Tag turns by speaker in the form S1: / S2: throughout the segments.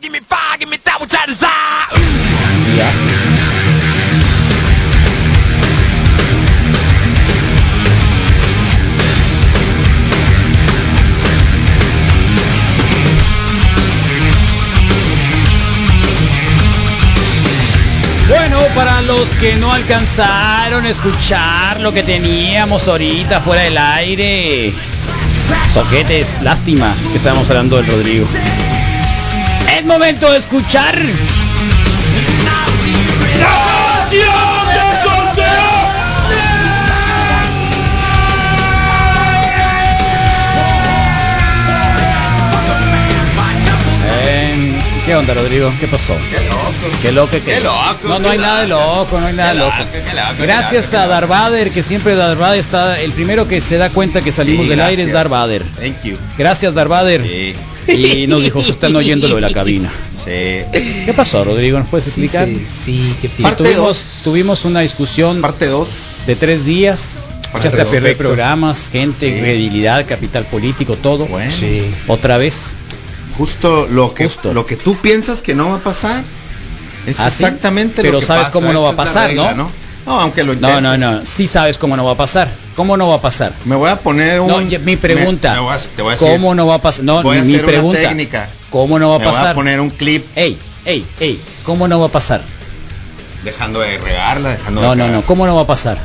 S1: give me fire, give me that which I desire.
S2: Bueno, para los que no alcanzaron a escuchar lo que teníamos ahorita fuera del aire. Soquetes, lástima que estábamos hablando del Rodrigo. Es momento de escuchar Eh, ¿Qué onda, Rodrigo? ¿Qué pasó?
S3: Qué loco.
S2: Qué loco que...
S3: Qué loco,
S2: No, no
S3: qué
S2: hay nada de loco, no hay nada de loco.
S3: Qué loco, qué loco, qué
S2: Gracias
S3: loco,
S2: a
S3: qué
S2: Darth
S3: loco.
S2: Vader, que siempre Darth Vader está... El primero que se da cuenta que salimos
S3: Sí,
S2: del aire es Darth
S3: gracias.
S2: Vader.
S3: Thank you.
S2: Gracias, Darth Vader.
S3: Sí.
S2: Y nos dijo, se están oyendo lo de la cabina.
S3: Sí.
S2: ¿Qué pasó, Rodrigo? ¿Nos puedes explicar?
S4: Sí, sí, qué
S2: Sí,
S4: pi-
S3: Parte
S2: tuvimos,
S3: dos.
S2: tuvimos una discusión
S3: Parte 2.
S2: de tres días.
S3: Parte
S2: Echaste a
S3: dos,
S2: perder
S3: perfecto.
S2: programas, gente,
S3: Sí.
S2: credibilidad, capital político, todo.
S3: Bueno,
S4: Sí.
S2: Otra vez.
S3: justo lo que
S2: Justo.
S3: lo que tú piensas que no va a pasar es
S2: ¿Ah, sí?
S3: exactamente lo
S2: Pero
S3: que
S2: sabes
S3: pasa.
S2: cómo no va a
S3: Esa es la
S2: pasar,
S3: regla,
S2: ¿no?
S3: ¿no? No, aunque lo
S2: No,
S3: intentes.
S2: no, no. Sí sabes cómo no va a pasar. ¿Cómo no va a pasar?
S3: Me voy a poner un
S2: No, ya- mi pregunta.
S3: me- me voy a- te voy a decir,
S2: ¿Cómo no va a pasar? No,
S3: voy a
S2: mi
S3: hacer una
S2: pregunta.
S3: técnica.
S2: ¿Cómo no va a
S3: me
S2: pasar?
S3: voy a poner un clip
S2: Ey, ey, ey. ¿Cómo no va a pasar?
S3: dejando de regarla, dejando
S2: No,
S3: de
S2: no,
S3: cagar.
S2: no. ¿Cómo no va a pasar?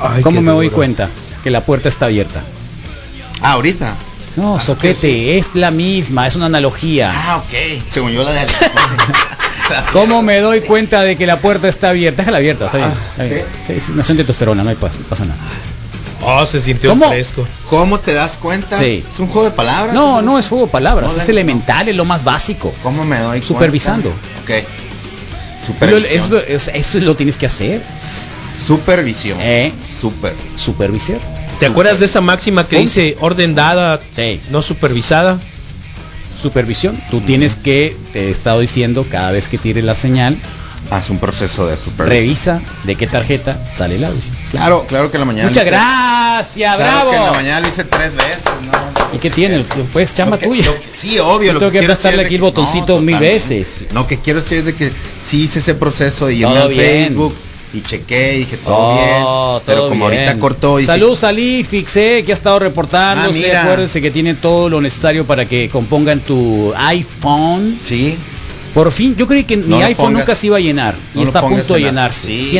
S4: Ay,
S2: ¿Cómo
S4: qué
S2: me doy
S4: duro.
S2: cuenta que la puerta está abierta?
S3: Ah, ahorita.
S2: No,
S3: Ah,
S2: soquete,
S3: sí.
S2: es la misma, es una analogía.
S3: Ah, ok. Según yo la de
S2: ¿Cómo me doy cuenta de que la puerta está abierta? Déjala abierta, está bien.
S3: Ah,
S2: Está bien. Sí, sí, nación de tosterona, no hay pas- pasa nada.
S4: Oh, se sintió
S2: ¿Cómo?
S4: fresco.
S3: ¿Cómo te das cuenta?
S2: Sí.
S3: Es un juego de palabras.
S2: No,
S3: ¿Es
S2: no
S3: un-
S2: es juego de palabras,
S3: No,
S2: es
S3: no.
S2: elemental, es lo más básico.
S3: ¿Cómo me doy cuenta?
S2: Supervisando.
S3: Ok.
S2: Lo-
S3: Supervisión.
S2: es- es- eso lo tienes que hacer,
S3: Supervisión.
S2: ¿eh?
S3: Super.
S2: Supervisar.
S4: ¿Te acuerdas de esa máxima que
S2: ¿Cómo?
S4: dice orden dada,
S2: Sí.
S4: no supervisada?
S2: Supervisión. Tú tienes que, te he estado diciendo, cada vez que tires la señal,
S3: Haz un proceso de supervisión.
S2: revisa de qué tarjeta sale el audio.
S3: Claro, claro que en la mañana.
S2: Muchas
S3: lo hice-
S2: gracias,
S3: claro que en la
S2: bravo.
S3: mañana Eh, lo hice tres veces, ¿no?
S2: ¿Y qué tiene? Pues chamba
S3: Lo que-
S2: tuya.
S3: lo que- sí, obvio.
S2: Yo
S3: lo
S2: tengo que
S3: quiero decir
S2: aplastarle
S3: es de
S2: aquí el
S3: que-
S2: botoncito mil
S3: totalmente.
S2: veces.
S3: Lo que quiero decir es de que sí hice ese proceso y llamé
S2: Todo
S3: a
S2: bien.
S3: Facebook y chequé y dije todo
S2: Oh,
S3: bien. pero
S2: todo
S3: como
S2: bien.
S3: ahorita cortó y
S2: Saludos a Lifix, eh, que ha estado reportándose.
S3: Ah, mira.
S2: Acuérdense que tiene todo lo necesario para que compongan tu iPhone.
S3: Sí,
S2: Por fin, yo creí que
S3: No
S2: mi
S3: lo
S2: iPhone
S3: pongas-
S2: nunca se iba a llenar.
S3: no
S2: y
S3: lo
S2: está a
S3: pongas
S2: punto de
S3: en las-
S2: llenarse.
S3: sí.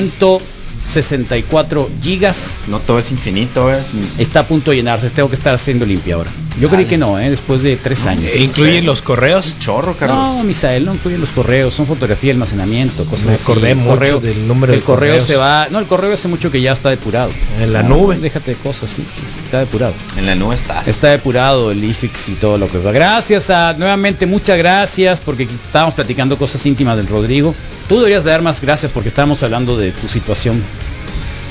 S2: 164 gigas.
S3: no todo es infinito, ¿ves?
S2: Está a punto de llenarse. Tengo que estar haciendo limpia ahora. Yo creí
S3: Dale.
S2: que no, eh, después de tres años.
S3: Sí.
S4: ¿Incluyen los correos?
S3: Chorro, Carlos.
S2: No, Misael, no incluyen los correos, son fotografía, almacenamiento, cosas
S4: Me
S2: así.
S4: acordé
S2: El
S4: mucho del número
S2: el
S4: de
S2: correo
S4: correos.
S2: se va, no, el correo hace mucho que ya está depurado.
S4: En la
S2: No,
S4: nube.
S2: Déjate de cosas, sí, sí, sí, está depurado.
S3: En la nube estás.
S2: Está depurado el IFIX y todo lo que Gracias a, nuevamente, muchas gracias porque aquí estábamos platicando cosas íntimas del Rodrigo. Tú deberías dar más gracias porque estábamos hablando de tu situación.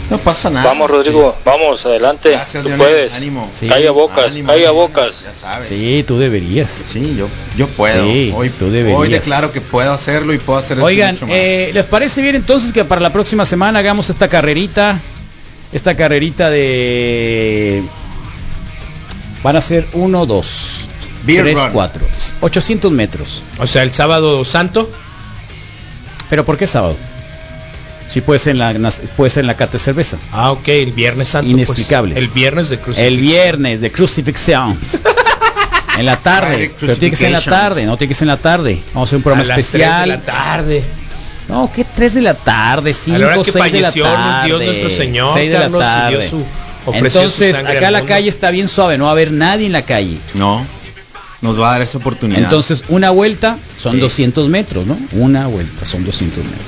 S3: No pasa nada.
S5: Vamos Rodrigo, vamos, adelante,
S3: Ah, Gracias,
S5: tú
S3: Leonel.
S5: puedes.
S3: Ánimo.
S2: Sí.
S5: Caiga bocas,
S3: Ánimo,
S5: caiga
S3: ánimo,
S5: bocas.
S3: Ya sabes.
S2: Sí, tú deberías.
S3: Sí, yo, yo puedo.
S2: Sí,
S3: hoy,
S2: tú
S3: hoy
S2: deberías.
S3: declaro que puedo hacerlo y puedo hacer esto
S2: Oigan,
S3: mucho más.
S2: eh, ¿les parece bien entonces que para la próxima semana hagamos esta carrerita? Esta carrerita de... Van a ser 1, 2,
S3: Beer
S2: 3,
S3: run.
S2: 4, 800 metros.
S4: O sea, el sábado santo.
S2: ¿Pero por qué sábado? Sí, puede ser en la, puede ser en la cata de cerveza.
S4: Ah, ok, el viernes santo. pues.
S2: Inexplicable.
S4: el viernes de cruz.
S2: El viernes de Crucifixión. en la tarde.
S3: Friday
S2: Pero tiene que ser en la tarde, no tiene que ser en la tarde. Vamos a hacer un programa
S4: a las
S2: especial.
S4: tres de la tarde.
S2: No, que 3 de la tarde, 5,
S4: a la hora que
S2: 6 de la
S4: falleció
S2: tarde.
S4: Dios nuestro Señor,
S2: seis de la
S4: Carlos, y dio
S2: tarde.
S4: su- ofreció
S2: Entonces,
S4: su sangre
S2: acá
S4: al
S2: la
S4: mundo.
S2: calle está bien suave, no va a haber nadie en la calle.
S3: No, nos va a dar esa oportunidad.
S2: Entonces, una vuelta son
S3: Sí.
S2: 200 metros, ¿no? Una vuelta son 200 metros.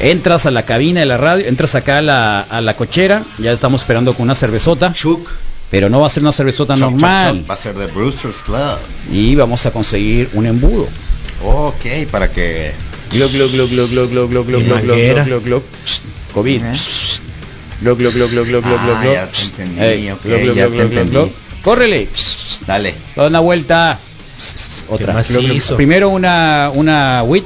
S2: Entras a la cabina de la radio, entras acá a la, a la cochera, ya estamos esperando con una cervezota,
S3: Chuk,
S2: pero no va a ser una cervezota
S3: chuk, chuk,
S2: normal.
S3: chuk, va a ser de Brewster's Club.
S2: Y vamos a conseguir un embudo.
S3: Ok, para que.
S2: Glock, glock, glock, glock, glock, glock, glock, glock,
S4: Y
S2: glock,
S4: manguera.
S2: glock, glock, glock. Shh, COVID.
S3: Ajá.
S2: Shh. Glock, glock, glock, glock, glock, glock,
S3: Ah,
S2: glock.
S3: ya te
S2: Shh.
S3: entendí,
S2: Ey,
S3: ok,
S2: glock, glock,
S3: ya
S2: glock,
S3: te
S2: gloc,
S3: entendí.
S2: gloc. Córrele. Shh.
S3: Dale.
S2: Da una vuelta. Shh. Otra.
S4: macizo.
S2: Gloc, gloc. Primero una una wit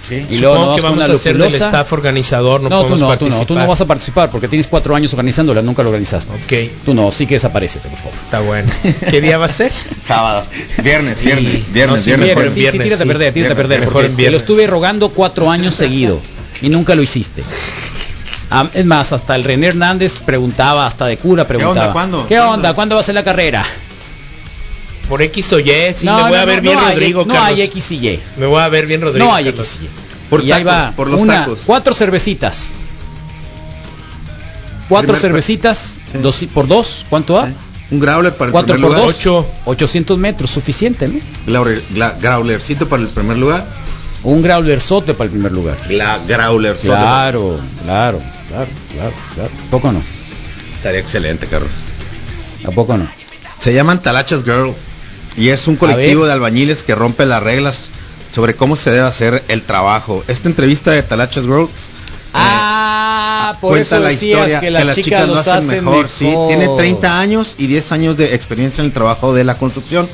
S3: Sí.
S2: Y
S4: Y
S2: luego
S4: luego
S2: nos vamos
S4: que vamos
S2: con la
S4: a ser del
S2: lupulosa.
S4: staff organizador, no,
S2: No, tú
S4: podemos
S2: no, tú no,
S4: participar.
S2: tú no vas a participar porque tienes cuatro años organizándola, nunca lo organizaste.
S4: Ok,
S2: Tú no, sí que desaparecete, por favor.
S4: está bueno. ¿Qué día va a ser?
S3: Sábado. Viernes,
S4: Sí.
S3: viernes,
S4: No,
S3: viernes, viernes.
S4: sí, mejor
S3: jueves.
S2: Pero
S4: en
S2: sí, sí,
S4: viernes,
S2: tírate a
S4: sí.
S2: perder, tírate a
S3: Viernes,
S2: perder,
S3: mejor
S2: porque
S4: en
S2: te lo
S4: viernes.
S2: estuve rogando cuatro años seguido y nunca lo hiciste. Am- es más, hasta el René Hernández preguntaba, hasta de cura preguntaba.
S3: onda, cuándo?
S2: ¿Qué
S3: ¿Cuándo?
S2: onda? ¿Cuándo va a ser la carrera?
S4: Por X o Y, sí, me voy a ver bien
S2: no hay-
S4: Rodrigo,
S2: No
S4: Carlos.
S2: hay X y Y.
S4: Me voy a ver bien Rodrigo.
S2: No hay
S4: Carlos.
S2: X y Y.
S3: Por
S2: y ahí
S3: tacos,
S2: va,
S3: por los
S2: una,
S3: tacos.
S2: cuatro cervecitas. Cuatro
S3: Primer pa-
S2: cervecitas,
S3: Sí.
S2: dos y- por dos, ¿cuánto da?
S3: Un growler para el
S2: Cuatro
S3: primer
S2: por
S3: lugar.
S2: dos,
S4: Ocho.
S2: 800 metros, suficiente, ¿no?
S3: Growler- gla- growlercito para el primer lugar.
S2: Un growler sote para el primer lugar.
S3: La growler. soda.
S2: Claro, claro, claro, claro, claro. ¿A poco no?
S3: Estaría excelente, Carlos.
S2: ¿A poco no?
S3: Se llaman Talachas Girl y es un colectivo de albañiles que rompe las reglas sobre cómo se debe hacer el trabajo. Esta entrevista de Talachas Girl
S2: Ah, por
S3: cuenta
S2: eso
S3: la
S2: decías
S3: historia
S2: que las, chicas, lo hacen, mejor.
S3: Sí, tiene 30 años y 10 años de experiencia en el trabajo de la construcción.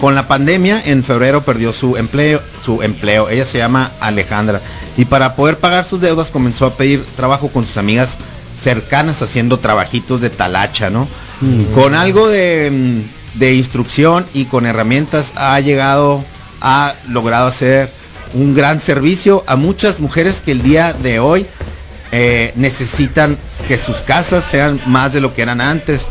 S3: Con la pandemia en febrero perdió su empleo, su empleo. Ella se llama Alejandra y para poder pagar sus deudas comenzó a pedir trabajo con sus amigas cercanas haciendo trabajitos de talacha, ¿no?
S2: Mm.
S3: Con algo de, mm, de instrucción y con herramientas ha llegado, ha logrado hacer un gran servicio a muchas mujeres que el día de hoy eh, necesitan que sus casas sean más de lo que eran antes.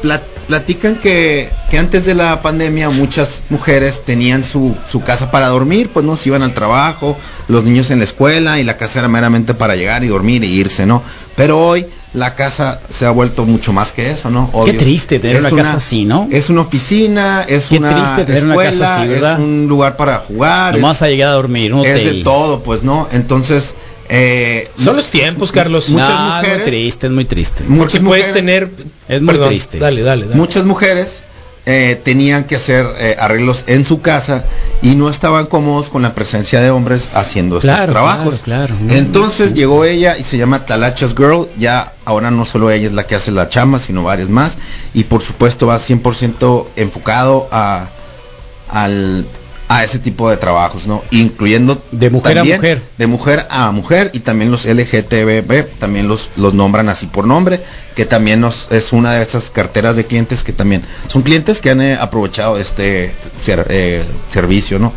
S3: Pla- platican que, que antes de la pandemia muchas mujeres tenían su, su casa para dormir, pues no, se iban al trabajo, los niños en la escuela y la casa era meramente para llegar y dormir e irse, ¿no? Pero hoy la casa se ha vuelto mucho más que eso, ¿no?
S2: Qué triste tener una casa así, ¿no?
S3: Es una oficina, es
S2: Qué
S3: una
S2: triste tener una
S3: escuela,
S2: casa así, ¿verdad?
S3: es un lugar para jugar,
S2: Nomás
S3: es,
S2: a llegar a dormir, un
S3: es
S2: hotel.
S3: de todo, pues, ¿no? Entonces, eh,
S4: Son los tiempos, Carlos.
S2: No,
S3: Muchas
S2: es
S3: mujeres-
S2: muy triste, es muy triste.
S4: Porque
S3: muchas
S4: puedes
S3: mujeres-
S4: tener.
S2: Es muy triste.
S4: Dale, dale, dale.
S3: Muchas mujeres eh, tenían que hacer eh, arreglos en su casa y no estaban cómodos con la presencia de hombres haciendo estos
S2: Claro,
S3: trabajos.
S2: claro, claro.
S3: Entonces llegó ella y se llama Talachas Girl. Ya ahora no solo ella es la que hace la chamba, sino varias más. Y por supuesto va 100% enfocado a, al- a ese tipo de trabajos, ¿no? Incluyendo
S2: De mujer a
S3: también-
S2: mujer.
S3: de mujer a mujer y también los LGTB también los, los nombran así por nombre, que también nos, es una de esas carteras de clientes que también son clientes que han eh, aprovechado este ser- eh, servicio, ¿no?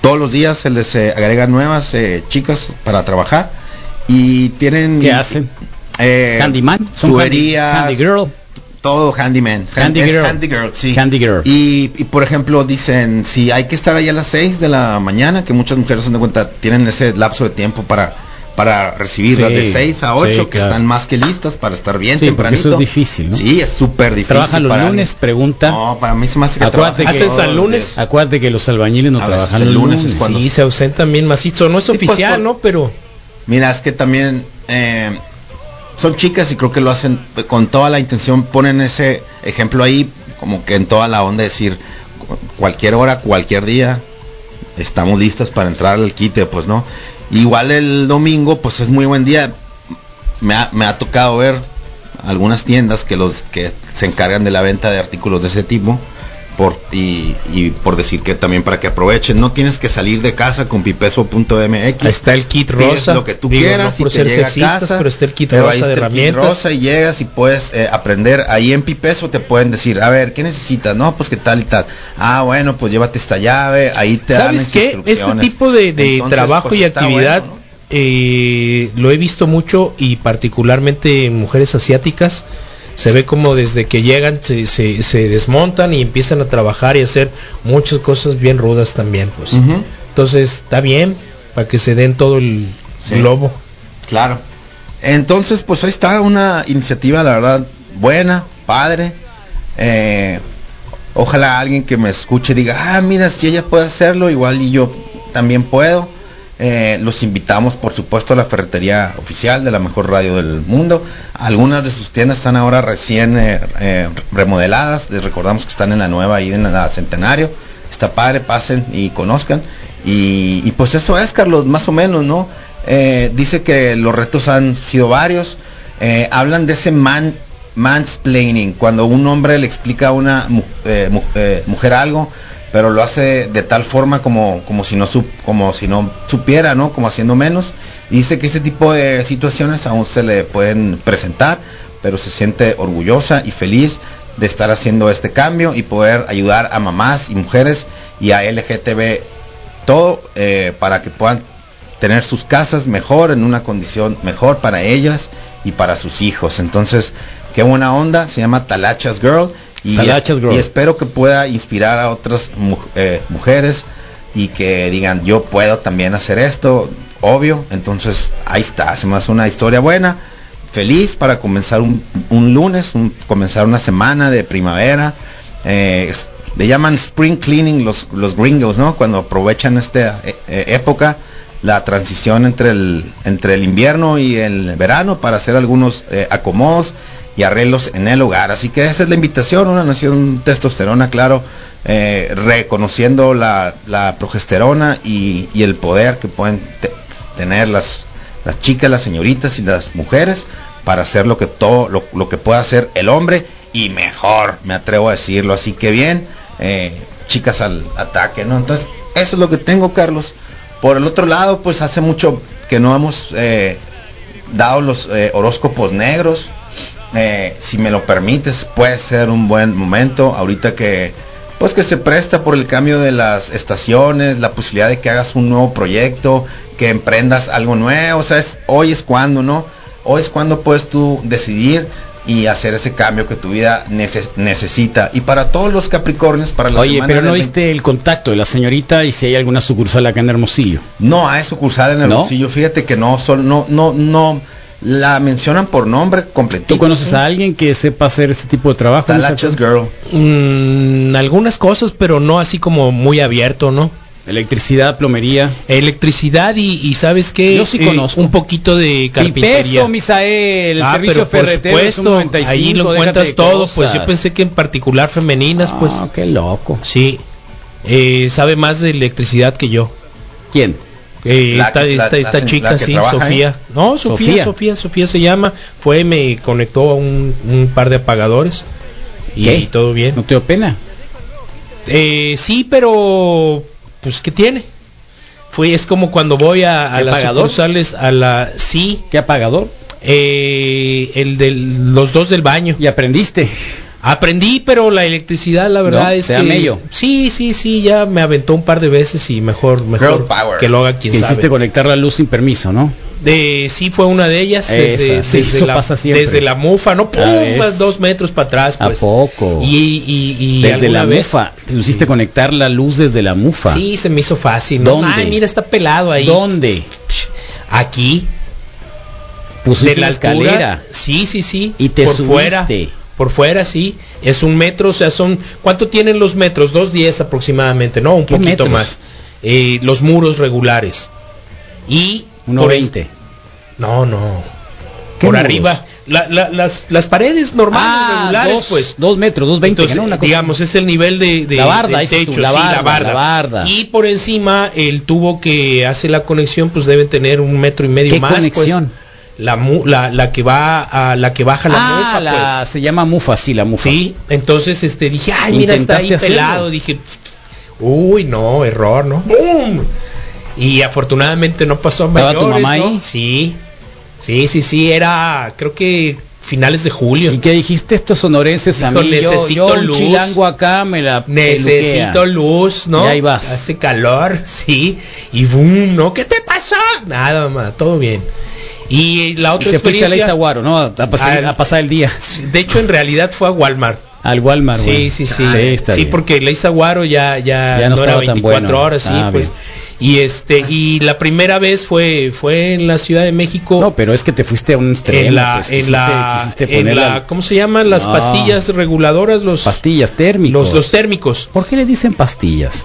S3: Todos los días se les eh, agregan nuevas eh, chicas para trabajar y tienen
S2: ¿Qué hacen?
S3: eh,
S2: Candyman, handy,
S3: tuberías,
S2: handy girl.
S3: todo handyman.
S2: Handy
S3: es
S2: girl.
S3: Handy girl, sí.
S2: Handy girl.
S3: Y, y, por ejemplo dicen, si hay que estar allá a las 6 de la mañana, que muchas mujeres se dan cuenta, tienen ese lapso de tiempo para para recibirlas
S2: Sí,
S3: de 6 a
S2: sí,
S3: 8 que
S2: claro.
S3: están más que listas para estar bien
S2: Sí, porque
S3: tempranito.
S2: eso es difícil, ¿no?
S3: Sí, es súper difícil.
S2: Trabajan los
S3: para
S2: lunes,
S3: alguien.
S2: pregunta.
S3: No, para mí se me hace que
S2: Acuérdate
S3: trabajan
S4: que-
S3: todos
S4: ¿Hacen
S3: los
S4: lunes?
S3: días.
S2: Acuérdate que los albañiles no
S3: A veces
S2: trabajan
S3: el
S2: los
S3: lunes es
S2: lunes.
S3: cuando-
S4: Sí, se ausentan bien macizo. No es
S3: Sí, pues,
S4: oficial,
S3: por-
S4: ¿no? Pero.
S3: Mira, es que también eh, son chicas y creo que lo hacen con toda la intención, ponen ese ejemplo ahí, como que en toda la onda, decir, cu- cualquier hora, cualquier día, estamos listas para entrar al quite, pues no. Igual el domingo, pues es muy buen día. Me ha, me ha tocado ver algunas tiendas que los que se encargan de la venta de artículos de ese tipo. Por, y, y por decir que también para que aprovechen, no tienes que salir de casa con pipeso.mx.
S4: Ahí está el kit
S3: Pides
S4: rosa.
S3: lo que tú
S4: Digo,
S3: quieras
S4: no por
S3: y te
S4: ser
S3: llega
S4: sexistas,
S3: a casa
S4: pero está el kit
S3: pero
S4: rosa
S3: ahí
S4: de
S3: está el kit
S4: herramientas.
S3: rosa y llegas y puedes eh, aprender ahí en Pipeso te pueden decir a ver qué necesitas no pues qué tal y tal ah bueno pues llévate esta llave ahí te dan
S4: ¿Sabes
S3: las
S4: qué? Este
S3: instrucciones.
S4: tipo de, de
S3: Entonces,
S4: trabajo
S3: pues,
S4: y
S3: está
S4: actividad
S3: bueno, ¿no?
S4: eh, lo he visto mucho y particularmente en mujeres asiáticas. Se ve como desde que llegan se, se- se desmontan y empiezan a trabajar y hacer muchas cosas bien rudas también. Pues.
S3: Ujú,
S4: Entonces está bien para que se den todo el
S3: Sí.
S4: globo.
S3: claro entonces pues ahí está una iniciativa la verdad buena padre Eh, ojalá alguien que me escuche diga ah mira si ella puede hacerlo igual y yo también puedo Eh, los invitamos por supuesto a la ferretería oficial de la mejor radio del mundo algunas de sus tiendas están ahora recién eh, eh, remodeladas les recordamos que están en la nueva ahí en la centenario está padre pasen y conozcan y, y pues eso es Carlos más o menos no Eh, dice que los retos han sido varios Eh, hablan de ese man mansplaining, cuando un hombre le explica a una mu- eh, mu- eh, mujer algo, pero lo hace de tal forma como, como, si, no sup- como si no supiera, ¿no? Como haciendo menos. Y dice que ese tipo de situaciones aún se le pueden presentar, pero se siente orgullosa y feliz de estar haciendo este cambio y poder ayudar a mamás y mujeres y a LGTB todo eh, para que puedan tener sus casas mejor, en una condición mejor para ellas y para sus hijos. Entonces, qué buena onda, se llama Talachas Girl y,
S2: Talachas
S3: es-
S2: Girl.
S3: y espero que pueda inspirar a otras mu- eh, mujeres y que digan, yo puedo también hacer esto, obvio. Entonces, ahí está, se me hace una historia buena, feliz para comenzar un, un lunes, un- comenzar una semana de primavera. Eh, es- le llaman spring cleaning los, los gringos, ¿no? Cuando aprovechan esta eh, eh, época, la transición entre el, entre el invierno y el verano para hacer algunos eh, acomodos y arreglos en el hogar. Así que esa es la invitación, una nación testosterona, claro, eh, reconociendo la, la progesterona y, y el poder que pueden te- tener las, las chicas, las señoritas y las mujeres para hacer lo que todo lo, lo que pueda hacer el hombre y mejor, me atrevo a decirlo. Así que bien, eh, chicas al ataque, ¿no? Entonces, eso es lo que tengo, Carlos. Por el otro lado, pues hace mucho que no hemos eh, dado los eh, horóscopos negros. Eh, si me lo permites, puede ser un buen momento. Ahorita que, pues que se presta por el cambio de las estaciones, la posibilidad de que hagas un nuevo proyecto, que emprendas algo nuevo. O sea, es- hoy es cuando, ¿no? Hoy es cuando puedes tú decidir y hacer ese cambio que tu vida nece- necesita. Y para todos los Capricornios, para la
S2: Oye,
S3: semana
S2: pero no
S3: del
S2: viste el contacto de la señorita y si hay alguna sucursal acá en Hermosillo.
S3: No, hay sucursal en el
S2: ¿No?
S3: bolsillo. Fíjate que no son, no, no, no. La mencionan por nombre completito.
S2: ¿Tú conoces a alguien que sepa hacer este tipo de trabajo? ¿No
S3: Talachas
S2: sabes?
S3: Girl.
S4: Mm, algunas cosas, pero no así como muy abierto, ¿no?
S2: Electricidad, plomería.
S4: Electricidad y, y ¿sabes qué? Eh,
S2: Yo sí conozco.
S4: Un poquito de carpintería.
S2: Pipeso, Misael, el
S4: Ah,
S2: servicio
S4: pero por
S2: ferretero es un
S4: supuesto,
S2: 95,
S4: ahí lo
S2: déjate de
S4: encuentras todo, pues
S2: cosas.
S4: yo pensé que en particular femeninas, pues
S2: Ah, qué loco.
S4: sí, Eh, sabe más de electricidad que yo.
S2: ¿Quién?
S4: Eh,
S3: La
S4: esta,
S3: que- la-
S4: esta-
S3: la
S4: esta
S3: se- la
S4: chica,
S3: que
S4: sí,
S3: trabaja
S4: Sofía.
S3: ahí.
S4: No, Sofía,
S2: Sofía.
S4: Sofía, Sofía, se llama. Fue, me conectó a un, un par de apagadores y
S2: ¿Qué?
S4: todo bien.
S2: ¿No te dio pena?
S4: Eh, sí, pero pues qué tiene. Fue es como cuando voy a, a
S2: ¿De
S4: las
S2: apagador?
S4: sucursales a la sí,
S2: ¿Qué apagador?
S4: eh, el de los dos del baño.
S2: ¿Y aprendiste?
S4: Aprendí, pero la electricidad, la verdad
S2: No,
S4: es
S2: te da
S4: que
S2: mello.
S4: sí, sí, sí, ya me aventó un par de veces y mejor, mejor
S3: Girl power.
S4: que lo haga
S2: Que
S4: quien sabe.
S2: hiciste conectar la luz sin permiso, ¿no?
S4: De, sí fue una de ellas desde,
S2: Esa, sí,
S4: desde
S2: eso
S4: la,
S2: pasa siempre.
S4: desde la mufa, no,
S2: Ya ves.
S4: pum, más dos metros para atrás,
S2: ¿A
S4: pues.
S2: poco?
S4: Y, y, y
S2: desde
S4: alguna
S2: la
S4: vez-
S2: mufa. Te hiciste conectar la luz desde la mufa.
S4: Sí, se me hizo fácil. ¿no?
S2: ¿Dónde?
S4: Ay, mira, está pelado ahí.
S2: ¿Dónde?
S4: Aquí,
S2: Pusiste
S4: de la
S2: la
S4: altura,
S2: escalera.
S4: Sí, sí, sí.
S2: Y te
S4: por
S2: subiste.
S4: fuera. Por fuera, sí. Es un metro, o sea, son. ¿Cuánto tienen los metros? Dos diez aproximadamente, ¿no? Un
S2: ¿Qué
S4: poquito
S2: metros?
S4: más. Eh, los muros regulares. Y. por
S2: 1.20.
S4: es- No, no.
S2: ¿Qué
S4: Por
S2: muros?
S4: arriba. La- la- las, las paredes normales,
S2: Ah,
S4: regulares,
S2: dos,
S4: pues.
S2: Dos metros, dos veinte.
S4: Entonces,
S2: ¿no? Una cosa-
S4: digamos, es el nivel de, de-
S2: La barda,
S4: del
S2: dices tú,
S4: techo,
S2: la
S4: sí,
S2: barda, la barda.
S4: Y por encima, el tubo que hace la conexión, pues deben tener un metro y medio
S2: ¿Qué
S4: más. pues.
S2: conexión?
S4: la, mu- la, la que va a la que baja la
S2: ah,
S4: mufa,
S2: la-
S4: pues.
S2: se llama mufa, sí, la mufa.
S4: Sí, entonces este dije, ay, mira, está ahí
S2: ¿Intentaste hacerlo?
S4: pelado. Dije, uy, no, error, ¿no? ¡Bum! Y afortunadamente no pasó a
S2: ¿Estaba
S4: mayores,
S2: tu mamá
S4: ¿no?
S2: ahí?
S4: Sí, sí, sí, sí, era, creo que finales de julio.
S2: ¿Y qué dijiste estos sonorenses a
S4: Dijo,
S2: mí? Yo-
S4: necesito
S2: yo, un
S4: luz.
S2: chilango acá me la
S4: Necesito
S2: peluquea.
S4: luz, ¿no?
S2: Y ahí vas.
S4: Hace calor, sí. Y boom, ¿no? ¿Qué te pasó? Nada, mamá, todo bien. Y
S2: Y
S4: la otra
S2: te fuiste a la
S4: experiencia-
S2: Izaguaro, ¿no? A, a pasar,
S4: Al-
S2: a pasar el día.
S4: de hecho, en realidad fue a Walmart.
S2: Al Walmart,
S4: Sí,
S2: güey.
S4: sí, sí.
S2: Sí, Ah, está
S4: sí,
S2: bien.
S4: porque Leisa Guaro ya, ya,
S2: Ya no
S4: era
S2: estaba tan
S4: 24
S2: bueno.
S4: horas, sí,
S2: Ah,
S4: pues.
S2: bien.
S4: Y este, y la primera vez fue, fue en la Ciudad de México.
S2: No, pero es que te fuiste a un extremo.
S4: en la,
S2: pues,
S4: en
S2: quisiste-
S4: la,
S2: quisiste
S4: en
S2: ponerle
S4: la-
S2: al-
S4: ¿cómo se llaman las
S2: No.
S4: pastillas reguladoras? Los,
S2: pastillas térmicos.
S4: los, los térmicos.
S2: ¿Por qué le dicen pastillas?